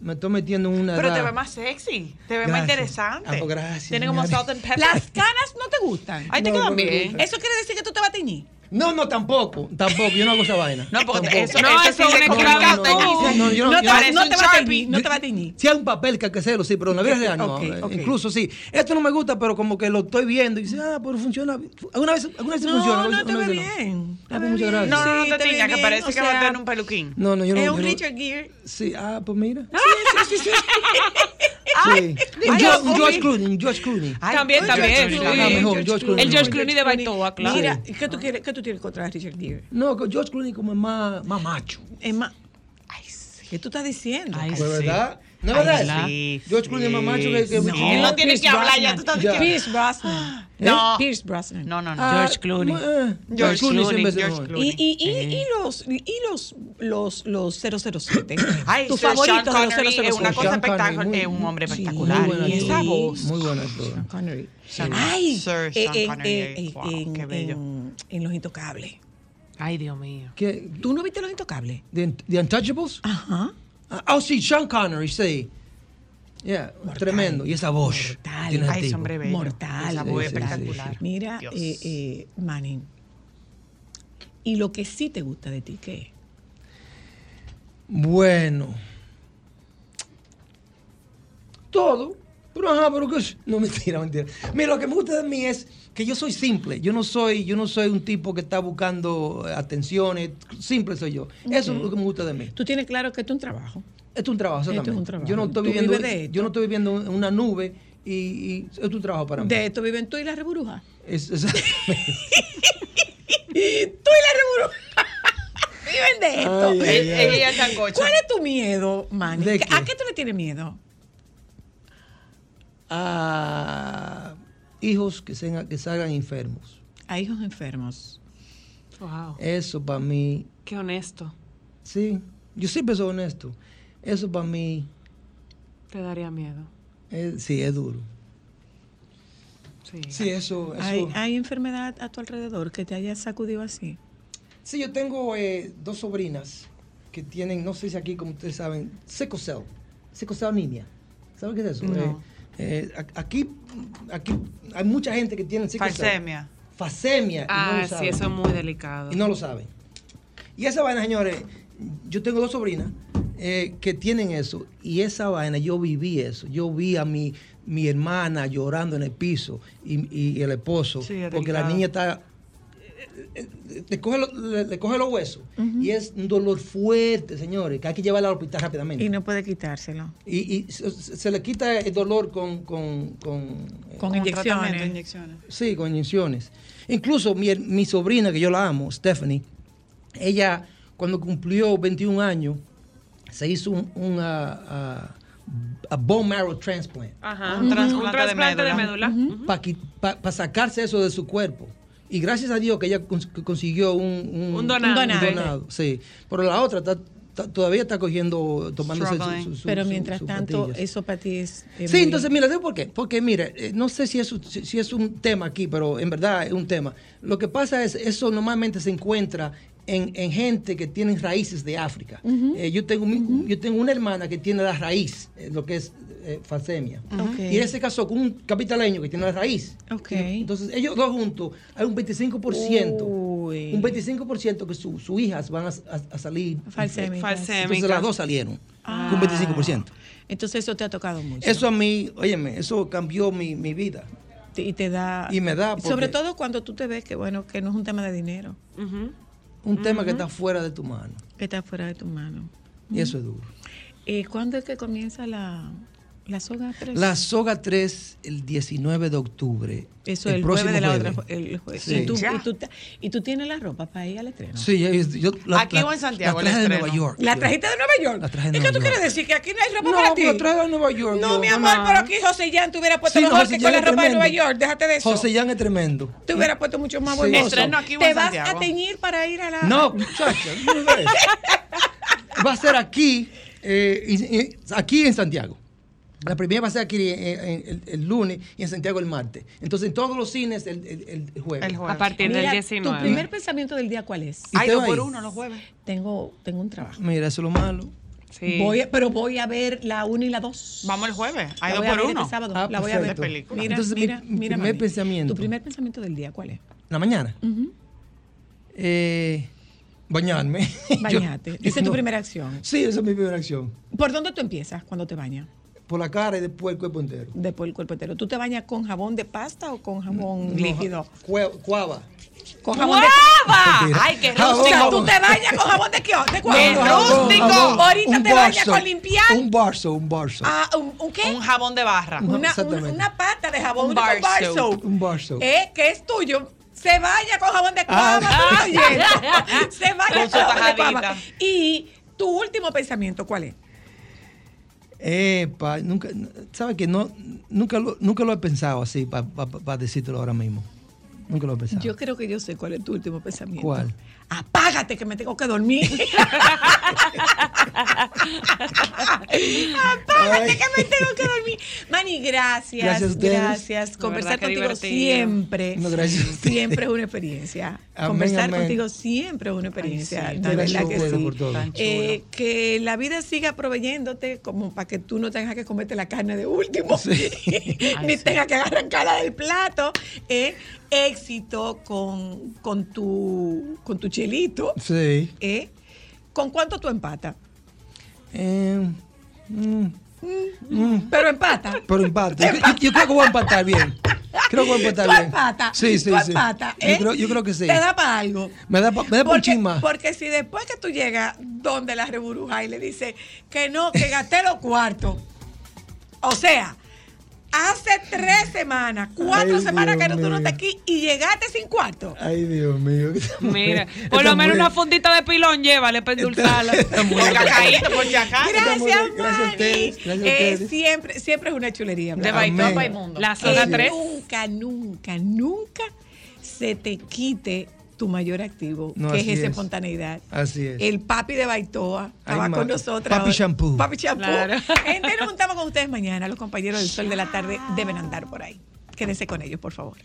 G: me estoy metiendo en una.
E: Pero te
G: edad.
E: ve más sexy, te ve más
G: Gracias.
E: interesante.
G: Ah, pues gracias,
E: Tiene como
G: señores.
E: salt and pepper.
C: Las canas no te gustan.
E: Ay, te
G: No,
E: quedan
G: no me
E: bien.
G: gusta.
C: Eso quiere decir que tú te vas a teñir.
G: No, no, tampoco. Tampoco. Yo no hago esa vaina.
E: No, porque
G: Tampoco.
E: eso- No, eso eso sí es le una complicado. esclava teñirse.
G: No, yo no-
C: No te
G: yo no-
C: va- no te va a teñir, no te va a teñir.
G: Si hay un papel que hay que hacerlo, sí, pero en la vida real no.
C: Ok, ok.
G: Incluso sí. Esto no me gusta, pero como que lo estoy viendo y dice, ah, pero funciona. Alguna vez, alguna vez sí
C: No,
G: funciona.
C: no,
G: alguna vez-
C: te ve
G: alguna vez
C: bien.
G: Ah, pues muchas gracias.
E: No, no,
C: Sí,
E: no
C: te
E: te
C: ve
E: tiña, que
C: bien,
E: parece
C: o
E: que va
C: sea-
E: a tener un peluquín.
G: No, no, yo no.
C: es
G: yo
C: un
G: no-
C: Richard Gere.
G: Sí, ah, pues mira.
C: Sí, sí, sí, sí.
G: Sí. Un
C: ay,
G: George, un
C: ay.
G: George Clooney, un George Clooney.
T: también,
C: Ay,
T: también.
C: George
T: sí.
C: Clooney.
G: Ah, mejor, George Clooney.
T: El George Clooney de Baitoa, claro.
C: Mira, ¿qué tú, quieres, ¿qué tú tienes contra Richard Gere?
G: No, que George Clooney como es más, más macho.
C: Es más, ay, sí. ¿qué tú estás diciendo? Ay,
G: Pues, ¿verdad? ¿No es
C: Ay,
G: verdad?
C: sí,
G: George Clooney es más macho que... que-
C: No,
E: Él no tiene
C: Pierce
E: que hablar, ya
C: Brosnan.
E: tú estás
G: Ya.
E: diciendo.
C: Pierce Brosnan.
E: No.
C: Pierce Brosnan.
E: No, no, no.
G: Ah, eh, George Clooney cien veces mejor.
C: Y, y, y, y los y los los los 007.
E: Ay,
C: tu
E: Sir Sean
C: favorito de los
E: Connery
C: 007.
E: es una cosa
G: Sean Connery,
E: espectacular,
G: muy-
E: es un hombre
G: sí,
E: espectacular.
G: muy buen
E: y esa
G: actor.
E: voz.
G: Muy buena actor.
C: Connery.
G: Sí.
C: Ay,
E: Sir
C: eh,
E: Sean
C: eh,
E: Connery,
C: eh, eh,
E: wow,
C: en,
E: qué bello.
C: en- en los intocables.
F: Ay, Dios mío.
G: ¿Qué?
C: ¿Tú no viste Los Intocables?
G: The, the Untouchables?
C: Ajá.
G: Ah, oh, sí, Sean Connery, sí. Yeah, tremendo. Y esa voz. tiene el
C: Ay,
G: tipo.
C: hombre bello. Mortal.
G: Sí, sí, sí, sí.
C: Mira, eh, eh, Manning. ¿Y lo que sí te gusta de ti qué es?
G: Bueno. Todo. Pero ajá, pero que es- No, mentira, mentira. Mira, lo que me gusta de mí es que yo soy simple. Yo no soy, yo no soy un tipo que está buscando eh, atenciones. Simple soy yo. Eso es
C: Ok.
G: lo que me gusta de mí.
C: Tú tienes claro que esto es un trabajo.
G: Esto es un trabajo,
C: Esto es
G: exactamente.
C: un trabajo.
G: Yo no estoy
C: Tú
G: viviendo,
C: vives de esto.
G: yo no estoy viviendo en una nube y, y esto es un trabajo para mí.
C: De esto viven tú y la reburuja.
G: Es- es-
C: Tú y la reburuja. viven de esto.
G: Ay, ay, ay. Ella y el
C: ¿Cuál es tu miedo, Manny?
G: ¿De qué?
C: ¿A qué tú le tienes miedo?
G: a Ah, hijos que, se- que salgan enfermos.
C: A hijos enfermos.
F: Wow.
G: Eso para mí,
F: Qué honesto.
G: sí, yo siempre soy honesto. Eso para mí,
F: Te daría miedo.
G: es- sí, es duro.
F: Sí.
G: Sí, eso, eso.
C: ¿Hay, hay enfermedad a tu alrededor que te haya sacudido así?
G: Sí, yo tengo eh, dos sobrinas que tienen, no sé si aquí, como ustedes saben, seco cell, seco cell anemia. ¿Saben qué es eso?
E: No.
G: Eh, eh, a- aquí, aquí hay mucha gente que tiene sickle cell.
E: Falsemia.
G: Fasemia. y no
F: Ah,
G: lo
F: sí,
G: saben.
F: eso es muy delicado.
G: y no lo saben. Y esa vaina, señores, yo tengo dos sobrinas eh, que tienen eso. Y esa vaina, yo viví eso. Yo vi a mi, mi hermana llorando en el piso y, y el esposo.
E: Sí, es
G: porque la
E: delicado.
G: niña está. eh, eh, Le coge, lo- le, le coge los huesos y es un dolor fuerte, señores, que hay que llevarla al hospital rápidamente.
C: Y no puede quitárselo.
G: Y, y se, se le quita el dolor con, con, con, eh,
C: Con,
E: Con tratamiento,
C: inyecciones.
E: inyecciones.
G: Sí, con inyecciones. Incluso mi, her- mi sobrina, que yo la amo, Stephanie, ella cuando cumplió 21 años, se hizo un, un, ah, ah, a bone marrow transplant
F: Ajá.
E: Un trasplante de
F: de médula.
E: médula.
G: para sacarse eso de su cuerpo. Y gracias a Dios que ella cons- que consiguió un, un,
F: Un donado.
G: un donado, sí. Pero la otra está- está- todavía está cogiendo, tomándose
E: Struggling.
G: su, su- su-
C: Pero
G: su-
C: mientras
G: sus
C: tanto,
G: pastillas.
C: eso para ti es. es
G: Sí,
C: muy-
G: entonces mira, ¿sabes por qué? Porque mira, eh, no sé si es, un- si, si es un tema aquí, pero en verdad es un tema. Lo que pasa es, eso normalmente se encuentra en, en gente que tienen raíces de África. Eh, yo, tengo, mi- yo tengo una hermana que tiene la raíz, eh, lo que es eh, falsemia.
C: Ok.
G: Y ella se casó con un capitaleño que tiene la raíz.
C: Ok.
G: Entonces, ellos dos juntos, hay un 25%,
C: Uy.
G: un 25% que sus hijas van a, a- a salir.
C: Falsémicas.
E: Falsémicas.
G: Entonces, las dos salieron,
C: Ah.
G: con un 25%.
C: Entonces eso te ha tocado mucho.
G: Eso a mí, óyeme, eso cambió mi, mi vida.
C: Te- y te da.
G: Y me da, porque-
C: Sobre todo cuando tú te ves que, bueno, que no es un tema de dinero,
F: Ujú.
G: Un tema que está fuera de tu mano.
C: que está fuera de tu mano.
G: Y eso es duro.
C: Eh, ¿Cuándo es que comienza la, la soga 3?
G: La soga 3, el 19 de octubre.
C: Eso el, jueves
G: próximo
C: de la
G: jueves.
C: otra. El jueves.
G: Sí.
C: ¿Y, tú,
E: Ya.
C: y tú ta- y tú tienes la ropa para ir al estreno.
G: Sí, yo- yo- la-
E: Aquí
G: la-
E: o en Santiago,
G: La traje
E: el
G: de
E: estreno.
G: Nueva York.
C: ¿La
G: yo.
C: trajiste de Nueva York?
G: La traje de
C: ¿Y
G: Nueva
C: qué tú quieres
G: York.
C: decir? ¿Que aquí no hay ropa
G: No,
C: para ti?
G: pero la traje de Nueva York.
C: No,
G: yo.
C: mi amor,
G: No.
C: pero aquí José Jan te hubiera puesto
G: Sí, no,
C: mejor
G: José
C: que con
G: Jan
C: la
G: es
C: ropa de
G: tremendo.
C: Nueva York. Déjate de eso.
G: José Jan es tremendo.
C: Te hubiera puesto mucho más
G: Sí.
C: bonito.
E: Estreno aquí o en
C: Te vas a
E: Santiago.
C: teñir para ir a la.
G: No, muchacha, no me ves. Va a ser aquí, eh, y- y- aquí en Santiago. La primera va a ser aquí eh, eh, el, el lunes y en Santiago el martes. Entonces, en todos los cines el, el- el jueves.
E: El jueves.
F: A partir del
C: Mira, ¿Tu
F: 19.
C: primer pensamiento del día cuál es?
G: ¿Y
E: Hay
G: te
E: dos
G: va
E: por
G: ahí?
E: uno los jueves.
C: Tengo, tengo un trabajo.
G: Mira, eso es lo malo.
F: Sí.
C: Voy a- pero voy a ver la 1 y la 2.
E: Vamos el jueves. Hay
C: La
E: dos
C: voy a
E: por
C: ver este
E: uno.
C: sábado.
G: Ah,
C: la voy a ver.
G: perfecto. De película.
C: Mira,
G: Entonces, mi-
C: mira,
G: mi
C: mira,
G: primer
C: mami.
G: pensamiento.
C: ¿Tu primer pensamiento del día cuál es?
G: ¿La mañana? Eh, bañarme. Yo-
C: Bañate.
G: yo
C: Esa es tu
G: no-
C: primera acción.
G: Sí, esa es mi primera acción.
C: ¿Por dónde tú empiezas cuando te bañas?
G: Por la cara y después el cuerpo entero.
C: Después el cuerpo entero. ¿Tú te bañas con jabón de pasta o con jabón
G: No,
C: líquido? Ah,
G: cue- cuava.
C: Con jabón de
E: ¡Guava!
G: Mentira.
E: ¡Ay, qué
G: Jabón.
C: O sea,
E: rústico!
C: tú te bañas con jabón de qué? ¿De cuál?
E: ¡Qué
G: No, jabón,
E: rústico!
G: jabón.
C: Ahorita
G: Un
C: te bañas
G: barso.
C: con limpiar.
G: Un barso, un barso.
C: Ah, ¿un, un qué?
E: Un jabón de barra.
G: Un-
C: una,
G: Exactamente.
C: un- una pata de jabón
E: Un
C: con
E: bar
C: bar
E: soap.
C: soap.
G: Un barso.
C: ¿Eh? Que es tuyo. Se vaya con jabón de cuava.
E: Ah.
C: tú oyes. Se vaya
E: Con su
C: con jabón de cuava.
E: tajadita.
C: Y tu último pensamiento, ¿cuál es?
G: Epa, nunca, ¿sabes que No, nunca, lo, nunca lo he pensado así para decírtelo ahora mismo. Nunca lo he pensado.
C: Yo creo que yo sé cuál es tu último pensamiento.
G: ¿Cuál?
C: Apágate que me tengo que dormir. Apágate que me tengo que dormir. Manny, gracias.
G: Gracias a ustedes.
C: gracias.
G: La
C: Conversar
G: verdad que
C: contigo
G: divertido.
C: siempre.
G: No, gracias a ustedes.
C: Siempre es una experiencia.
G: Amén,
C: Conversar
G: amén.
C: contigo siempre es una experiencia.
G: Ay,
C: de
G: sí, tan
C: verdad
G: chulo.
C: que
G: Bueno,
C: sí.
G: por todo. Tan chulo.
C: Eh, que la vida siga proveyéndote como para que tú no tengas que comerte la carne de último. ni tengas que arrancarla del plato. eh. éxito con, con, tu, con tu chelito.
G: Sí.
C: ¿eh? ¿Con cuánto tú empatas?
G: Eh, mm, mm.
C: Pero empata.
G: Pero empata. Yo, yo- yo creo que voy a empatar bien. Creo que voy a empatar
C: Tú
G: bien.
C: empatas.
G: Sí, sí,
C: Tú
G: sí.
C: empatas,
G: Yo,
C: ¿eh?
G: creo, yo creo que sí.
C: Te da para algo.
G: Me da, pa- me da pa' un chin más.
C: Porque si después que tú llegas donde la reburuja y le dice que no, que gasté los cuartos. O sea, hace tres semanas, cuatro
G: Ay,
C: semanas
G: Dios
C: que tú no
G: mío.
C: estás aquí y llegaste sin cuarto.
G: Ay, Dios mío.
F: Mira, por lo menos una fundita de pilón llévale para endulzarla.
G: Por
E: cacaíto, por
C: Gracias, Manny.
G: Gracias a ustedes. Gracias a
C: Eh,
G: ustedes.
C: siempre, siempre es una chulería.
G: De Baitoa Amén. a
C: mundo.
G: Baimundo. La zona tres.
C: Nunca, nunca, nunca se te quite tu mayor activo,
G: No,
C: que es
G: así
C: esa
G: es.
C: espontaneidad.
G: Así es.
C: El papi de Baitoa estaba
G: ma-
C: con nosotros.
G: Papi Shampoo.
C: Papi Shampoo.
G: Claro.
C: Gente, nos juntamos con ustedes mañana. Los compañeros del Sol de la Tarde deben andar por ahí. Quédense con ellos, por favor.